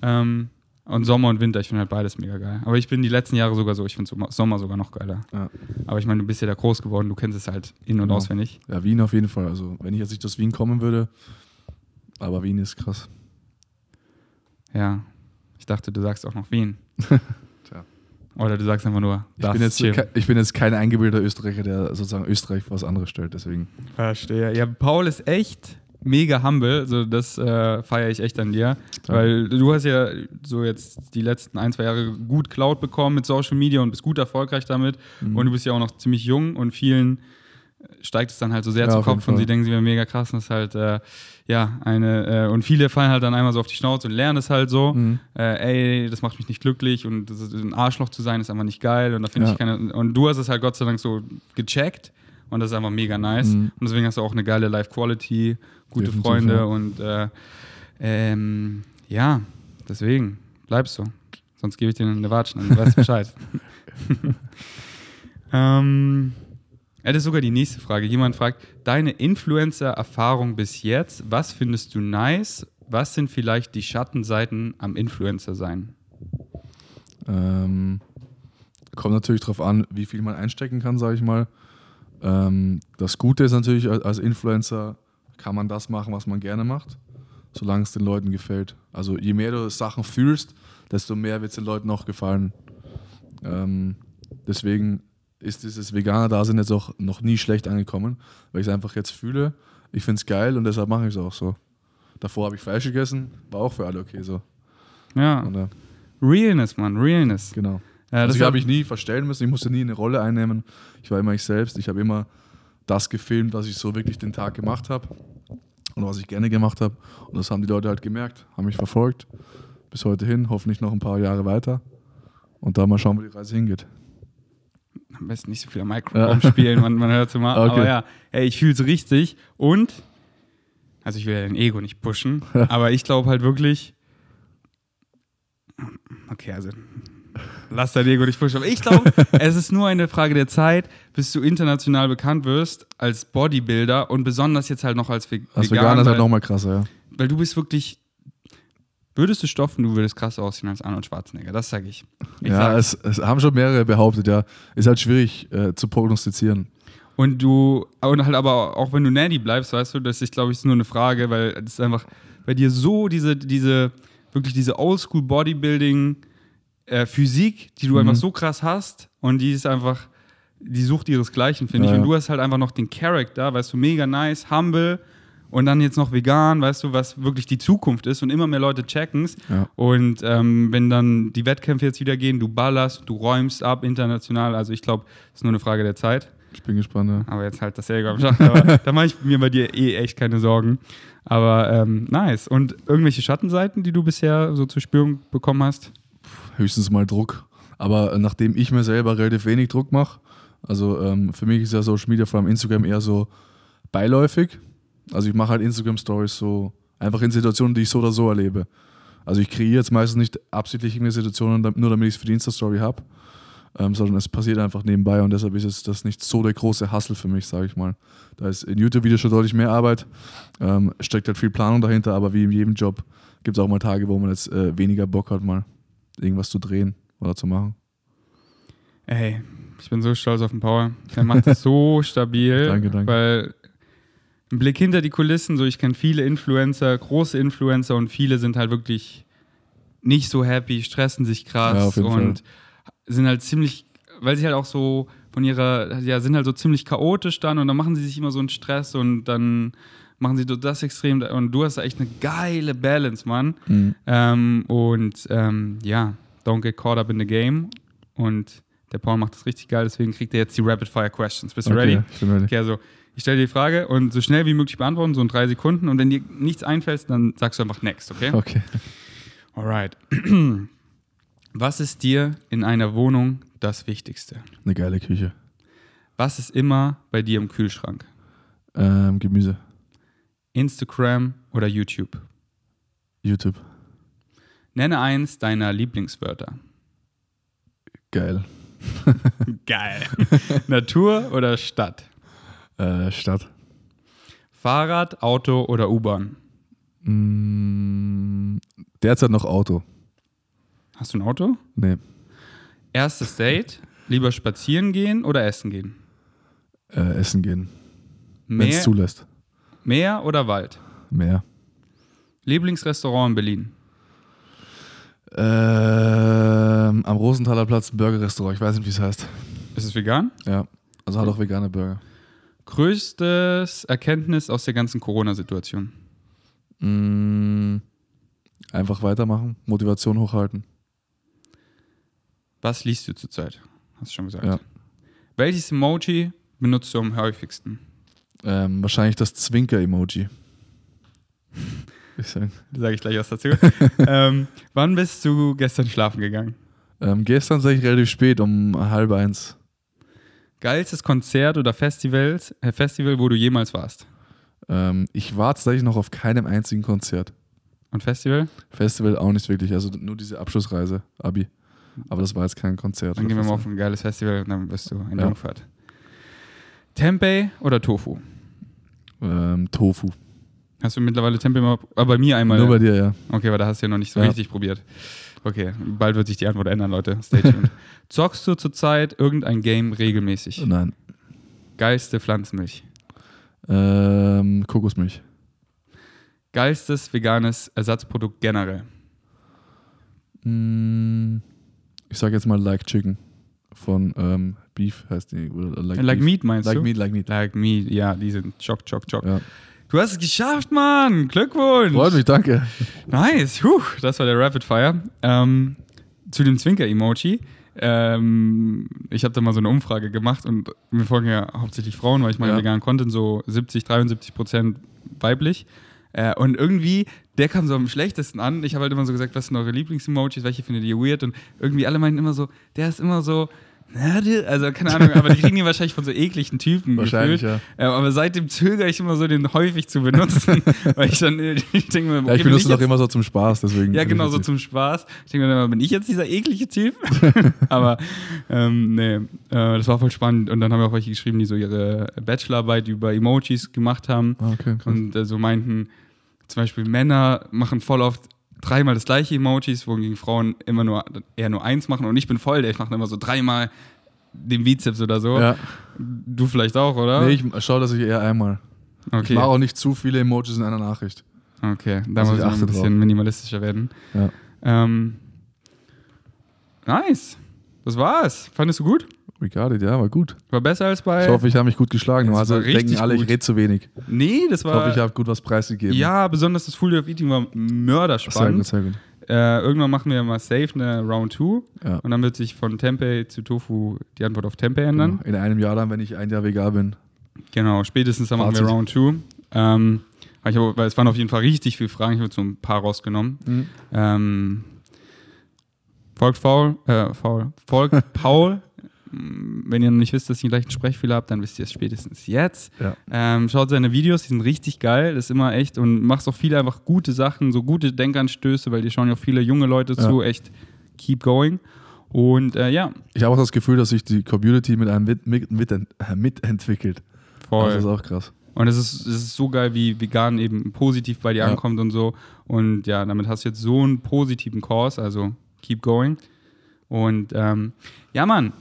Speaker 1: Ähm, und Sommer und Winter, ich finde halt beides mega geil. Aber ich bin die letzten Jahre sogar so, ich finde Sommer sogar noch geiler.
Speaker 2: Ja.
Speaker 1: Aber ich meine, du bist ja da groß geworden, du kennst es halt in- und
Speaker 2: Genau.
Speaker 1: auswendig.
Speaker 2: ja, Wien auf jeden Fall. Also wenn ich jetzt nicht aus Wien kommen würde, aber Wien ist krass.
Speaker 1: Ja. Ich dachte, du sagst auch noch Wien.
Speaker 2: Tja.
Speaker 1: Oder du sagst einfach nur,
Speaker 2: Ich bin, jetzt, ke- ich bin jetzt kein eingebildeter Österreicher, der sozusagen Österreich vor was anderes stellt. Deswegen
Speaker 1: Verstehe. Ja, Paul ist echt mega humble. Also das äh, feiere ich echt an dir.
Speaker 2: Danke.
Speaker 1: Weil du hast ja so jetzt die letzten ein, zwei Jahre gut Cloud bekommen mit Social Media und bist gut erfolgreich damit.
Speaker 2: Mhm.
Speaker 1: Und du bist ja auch noch ziemlich jung und vielen steigt es dann halt so sehr
Speaker 2: Ja,
Speaker 1: zu
Speaker 2: auf jeden
Speaker 1: Kopf und sie
Speaker 2: Fall.
Speaker 1: denken, sie wären mega krass. Und das ist halt, äh, ja, eine, äh, und viele fallen halt dann einmal so auf die Schnauze und lernen es halt
Speaker 2: Mhm.
Speaker 1: so. Äh, ey, das macht mich nicht glücklich und das ist, ein Arschloch zu sein ist einfach nicht geil und da finde
Speaker 2: Ja.
Speaker 1: ich keine. Und du hast es halt Gott sei Dank so gecheckt und das ist einfach mega nice.
Speaker 2: Mhm.
Speaker 1: Und deswegen hast du auch eine geile Life-Quality, gute
Speaker 2: Definitiv,
Speaker 1: Freunde
Speaker 2: ja.
Speaker 1: und äh, ähm, ja, deswegen bleibst du. Sonst gebe ich dir eine Watschen an, du weißt Bescheid. ähm, ja, das ist sogar die nächste Frage. Jemand fragt, deine Influencer-Erfahrung bis jetzt, was findest du nice? Was sind vielleicht die Schattenseiten am Influencer sein?
Speaker 2: ähm, kommt natürlich darauf an, wie viel man einstecken kann, sage ich mal. Ähm, das Gute ist natürlich, als als Influencer kann man das machen, was man gerne macht, solange es den Leuten gefällt. Also je mehr du Sachen fühlst, desto mehr wird es den Leuten auch gefallen. Ähm, deswegen ist dieses vegane Dasein jetzt auch noch nie schlecht angekommen, weil ich es einfach jetzt fühle. Ich finde es geil und deshalb mache ich es auch so. Davor habe ich Fleisch gegessen, war auch für alle okay so.
Speaker 1: Ja,
Speaker 2: Oder?
Speaker 1: Realness, Mann, Realness.
Speaker 2: Genau.
Speaker 1: Ja,
Speaker 2: also
Speaker 1: das
Speaker 2: ich habe
Speaker 1: habe ich.
Speaker 2: mich nie verstellen müssen, ich musste nie eine Rolle einnehmen. Ich war immer ich selbst. Ich habe immer das gefilmt, was ich so wirklich den Tag gemacht habe und was ich gerne gemacht habe. Und das haben die Leute halt gemerkt, haben mich verfolgt. Bis heute hin, hoffentlich noch ein paar Jahre weiter. Und da mal schauen, wo die Reise hingeht.
Speaker 1: am besten nicht so viel am Mikrofon spielen, man, man hört es immer.
Speaker 2: Okay.
Speaker 1: Aber ja, ey, ich fühle es richtig. Und, also ich will ja dein Ego nicht pushen, aber ich glaube halt wirklich, Okay, also lass dein Ego nicht pushen. Aber ich glaube, es ist nur eine Frage der Zeit, bis du international bekannt wirst als Bodybuilder und besonders jetzt halt noch als, Ve Veganer.
Speaker 2: Als Veganer ist halt
Speaker 1: weil-
Speaker 2: nochmal krasser, ja.
Speaker 1: Weil du bist wirklich. Würdest du stoffen, du würdest krass aussehen als Arnold Schwarzenegger. Das sage ich. ich
Speaker 2: ja,
Speaker 1: sag's.
Speaker 2: es, es haben schon mehrere behauptet, ja. Ist halt schwierig äh, zu prognostizieren.
Speaker 1: Und du, und halt aber auch wenn du Nanny bleibst, weißt du, das ist, glaube ich, nur eine Frage, weil es ist einfach bei dir so diese, diese, wirklich diese Oldschool Bodybuilding äh, Physik, die du
Speaker 2: Mhm.
Speaker 1: einfach so krass hast und die ist einfach, die sucht ihresgleichen, finde
Speaker 2: Ja,
Speaker 1: ich. Und
Speaker 2: ja.
Speaker 1: du hast halt einfach noch den Charakter, weißt du, mega nice, humble und dann jetzt noch vegan, weißt du, was wirklich die Zukunft ist und immer mehr Leute checken es.
Speaker 2: Ja.
Speaker 1: Und ähm, wenn dann die Wettkämpfe jetzt wieder gehen, du ballerst, du räumst ab international, also ich glaube, es ist nur eine Frage der Zeit.
Speaker 2: Ich bin gespannt, ja.
Speaker 1: Aber jetzt halt das Ego am Schacht. Aber da mache ich mir bei dir eh echt keine Sorgen. Aber ähm, nice. Und irgendwelche Schattenseiten, die du bisher so zu spüren bekommen hast?
Speaker 2: Höchstens mal Druck. Aber äh, nachdem ich mir selber relativ wenig Druck mache, also ähm, für mich ist ja Social Media, vor allem Instagram, eher so beiläufig. Also ich mache halt Instagram-Stories so einfach in Situationen, die ich so oder so erlebe. Also ich kreiere jetzt meistens nicht absichtlich irgendeine Situationen, nur damit ich es für die Insta-Story habe, ähm, sondern es passiert einfach nebenbei und deshalb ist es das nicht so der große Hustle für mich, sage ich mal. Da ist in YouTube-Videos schon deutlich mehr Arbeit, ähm, steckt halt viel Planung dahinter, aber wie in jedem Job gibt es auch mal Tage, wo man jetzt äh, weniger Bock hat, mal irgendwas zu drehen oder zu machen.
Speaker 1: Ey, ich bin so stolz auf den Paul. Der macht das so stabil.
Speaker 2: Danke, danke.
Speaker 1: Weil ein Blick hinter die Kulissen, so ich kenne viele Influencer, große Influencer und viele sind halt wirklich nicht so happy, stressen sich krass
Speaker 2: Ja, auf jeden
Speaker 1: und sind halt ziemlich, weil sie halt auch so von ihrer, ja, sind halt so ziemlich chaotisch dann und dann machen sie sich immer so einen Stress und dann machen sie so das extrem und du hast da echt eine geile Balance, Mann. Ähm, und ähm, ja, don't get caught up in the game. Und der Paul macht das richtig geil, deswegen kriegt er jetzt die Rapid Fire Questions. Bist du ready?
Speaker 2: Ich bin ready.
Speaker 1: Okay, also ich stelle dir die Frage und so schnell wie möglich beantworten, so in drei Sekunden. Und wenn dir nichts einfällt, dann sagst du einfach next, okay?
Speaker 2: Okay.
Speaker 1: Alright. Was ist dir in einer Wohnung das Wichtigste?
Speaker 2: Eine geile Küche.
Speaker 1: Was ist immer bei dir im Kühlschrank?
Speaker 2: Ähm, Gemüse.
Speaker 1: Instagram oder YouTube?
Speaker 2: YouTube.
Speaker 1: Nenne eins deiner Lieblingswörter.
Speaker 2: Geil.
Speaker 1: Geil. Natur oder Stadt?
Speaker 2: Äh, Stadt.
Speaker 1: Fahrrad, Auto oder U-Bahn?
Speaker 2: Mm, derzeit noch Auto.
Speaker 1: Hast du ein Auto?
Speaker 2: Nee.
Speaker 1: Erstes Date, lieber spazieren gehen oder essen gehen?
Speaker 2: Äh, essen gehen. Wenn es
Speaker 1: Meer,
Speaker 2: zulässt.
Speaker 1: Meer oder Wald?
Speaker 2: Mehr.
Speaker 1: Lieblingsrestaurant in Berlin?
Speaker 2: Ähm, am Rosenthaler Platz ein Burgerrestaurant. Ich weiß nicht, wie es heißt.
Speaker 1: Ist es vegan?
Speaker 2: Ja. Also hat auch vegane Burger.
Speaker 1: Größtes Erkenntnis aus der ganzen Corona-Situation?
Speaker 2: Mm, einfach weitermachen. Motivation hochhalten.
Speaker 1: Was liest du zurzeit? Hast du schon gesagt.
Speaker 2: Ja.
Speaker 1: Welches Emoji benutzt du am häufigsten?
Speaker 2: Ähm, wahrscheinlich das Zwinker-Emoji. Ich sag.
Speaker 1: Sage ich gleich was dazu. ähm, wann bist du gestern schlafen gegangen?
Speaker 2: Ähm, gestern sag ich relativ spät, um halb eins.
Speaker 1: Geilstes Konzert oder Festivals, äh, Festival, wo du jemals warst?
Speaker 2: Ähm, ich war tatsächlich noch auf keinem einzigen Konzert.
Speaker 1: Und Festival?
Speaker 2: Festival auch nicht wirklich, also nur diese Abschlussreise, Abi. Aber das war jetzt kein Konzert.
Speaker 1: Dann gehen wir mal auf ein geiles Festival und dann bist du in
Speaker 2: Ja.
Speaker 1: Jungfahrt. Tempeh oder Tofu?
Speaker 2: ähm, Tofu.
Speaker 1: Hast du mittlerweile Tempeh mal, ah, bei mir einmal?
Speaker 2: Nur bei dir, ja.
Speaker 1: okay, aber da hast du ja noch nicht so
Speaker 2: Ja.
Speaker 1: richtig probiert. Okay, bald wird sich die Antwort ändern, Leute. Stay tuned. Zockst du zurzeit irgendein Game regelmäßig?
Speaker 2: Äh, Nein.
Speaker 1: Geilste Pflanzenmilch.
Speaker 2: Ähm, Kokosmilch.
Speaker 1: Geilstes veganes Ersatzprodukt generell.
Speaker 2: Mm, ich sag jetzt mal Like Chicken von ähm, Beef heißt die. Oder like
Speaker 1: Like,
Speaker 2: Beef.
Speaker 1: Meat meinst
Speaker 2: Like
Speaker 1: du?
Speaker 2: Meat, Like Meat.
Speaker 1: Like Meat, ja, die sind chock, chock, chock.
Speaker 2: Ja.
Speaker 1: Du hast es geschafft, Mann! Glückwunsch!
Speaker 2: Freut mich, danke.
Speaker 1: Nice, Puh, das war der Rapid Fire. Ähm, zu dem Zwinker-Emoji. Ähm, ich habe da mal so eine Umfrage gemacht und mir folgen ja hauptsächlich Frauen, weil ich meine
Speaker 2: Ja.
Speaker 1: veganen Content so 70, 73 Prozent weiblich. Äh, und irgendwie, der kam so am schlechtesten an. Ich habe halt immer so gesagt, was sind eure Lieblings-Emojis, welche findet ihr weird? Und irgendwie alle meinten immer so, der ist immer so, na, die- also keine Ahnung, aber die kriegen die wahrscheinlich von so ekligen Typen.
Speaker 2: Wahrscheinlich,
Speaker 1: gefühlt. Äh, aber seitdem zögere ich immer so, den häufig zu benutzen, weil ich dann äh, ich denke mir,
Speaker 2: Ja, ich
Speaker 1: okay, bin
Speaker 2: benutze ihn auch
Speaker 1: jetzt-
Speaker 2: immer so zum Spaß, deswegen.
Speaker 1: Ja,
Speaker 2: bin ich
Speaker 1: genau, so
Speaker 2: jetzt
Speaker 1: zum Spaß. Ich denke mir dann immer, bin ich jetzt dieser eklige Typ? aber ähm, nee, äh, das war voll spannend. Und dann haben wir auch welche geschrieben, die so ihre Bachelorarbeit über Emojis gemacht haben.
Speaker 2: nicht- Ah, okay, krass.
Speaker 1: Und äh, so meinten, zum Beispiel Männer machen voll oft dreimal das gleiche Emojis, wohingegen Frauen immer nur eher nur eins machen. Und ich bin voll, der ich mache immer so dreimal den Bizeps oder so.
Speaker 2: Ja.
Speaker 1: Du vielleicht auch, oder?
Speaker 2: Nee, ich schaue, dass ich eher einmal. Ich
Speaker 1: okay.
Speaker 2: mache auch nicht zu viele Emojis in einer Nachricht.
Speaker 1: okay, da
Speaker 2: Also
Speaker 1: muss ich
Speaker 2: ich
Speaker 1: noch
Speaker 2: achte
Speaker 1: ein bisschen
Speaker 2: drauf.
Speaker 1: minimalistischer werden.
Speaker 2: Ja.
Speaker 1: Ähm, nice. Das war's. Fandest du gut?
Speaker 2: Regarded, ja, war gut.
Speaker 1: War besser als bei.
Speaker 2: Ich hoffe, ich habe mich gut geschlagen.
Speaker 1: Das
Speaker 2: Also
Speaker 1: war richtig
Speaker 2: denken alle,
Speaker 1: gut.
Speaker 2: ich rede zu wenig.
Speaker 1: nee, das
Speaker 2: Ich
Speaker 1: war.
Speaker 2: hoffe, ich habe gut was preisgegeben.
Speaker 1: ja, besonders das Full Day of Eating war
Speaker 2: sehr gut,
Speaker 1: mörderspannend.
Speaker 2: sehr gut.
Speaker 1: Äh, irgendwann machen wir mal safe eine Round 2.
Speaker 2: Ja.
Speaker 1: Und dann wird sich von Tempeh zu Tofu die Antwort auf Tempeh ändern.
Speaker 2: In einem Jahr dann, wenn ich ein Jahr vegan bin.
Speaker 1: Genau, spätestens dann machen wir
Speaker 2: Fazit.
Speaker 1: Round 2. Ähm, aber ich hab, weil es waren auf jeden Fall richtig viele Fragen. Ich habe so ein paar rausgenommen.
Speaker 2: Mhm.
Speaker 1: Ähm, folgt Paul, äh, Paul, folgt Paul. Mm, Wenn ihr noch nicht wisst, dass ihr einen leichten Sprechfehler habt, dann wisst ihr es spätestens jetzt.
Speaker 2: Ja.
Speaker 1: Ähm, schaut seine Videos, die sind richtig geil, das ist immer echt und machst auch viele einfach gute Sachen, so gute Denkanstöße, weil die schauen ja auch viele junge Leute
Speaker 2: Ja.
Speaker 1: zu, echt keep going. Und äh, ja,
Speaker 2: Ich habe auch das Gefühl, dass sich die Community mit einem mit, mit, mit, äh, mitentwickelt.
Speaker 1: voll.
Speaker 2: Das ist auch krass.
Speaker 1: Und es ist, es ist so geil, wie vegan eben positiv bei dir
Speaker 2: Ja.
Speaker 1: ankommt und so. Und ja, damit hast du jetzt so einen positiven Kurs, also keep going. Und ähm, ja, Mann,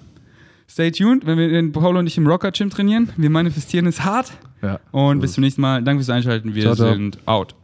Speaker 1: stay tuned, wenn wir wenn Paul und ich im Rocker Gym trainieren. Wir manifestieren es hart.
Speaker 2: Ja.
Speaker 1: Und
Speaker 2: So
Speaker 1: bis
Speaker 2: ist
Speaker 1: zum nächsten Mal. Danke fürs Einschalten. Wir
Speaker 2: Ciao, ciao.
Speaker 1: sind out.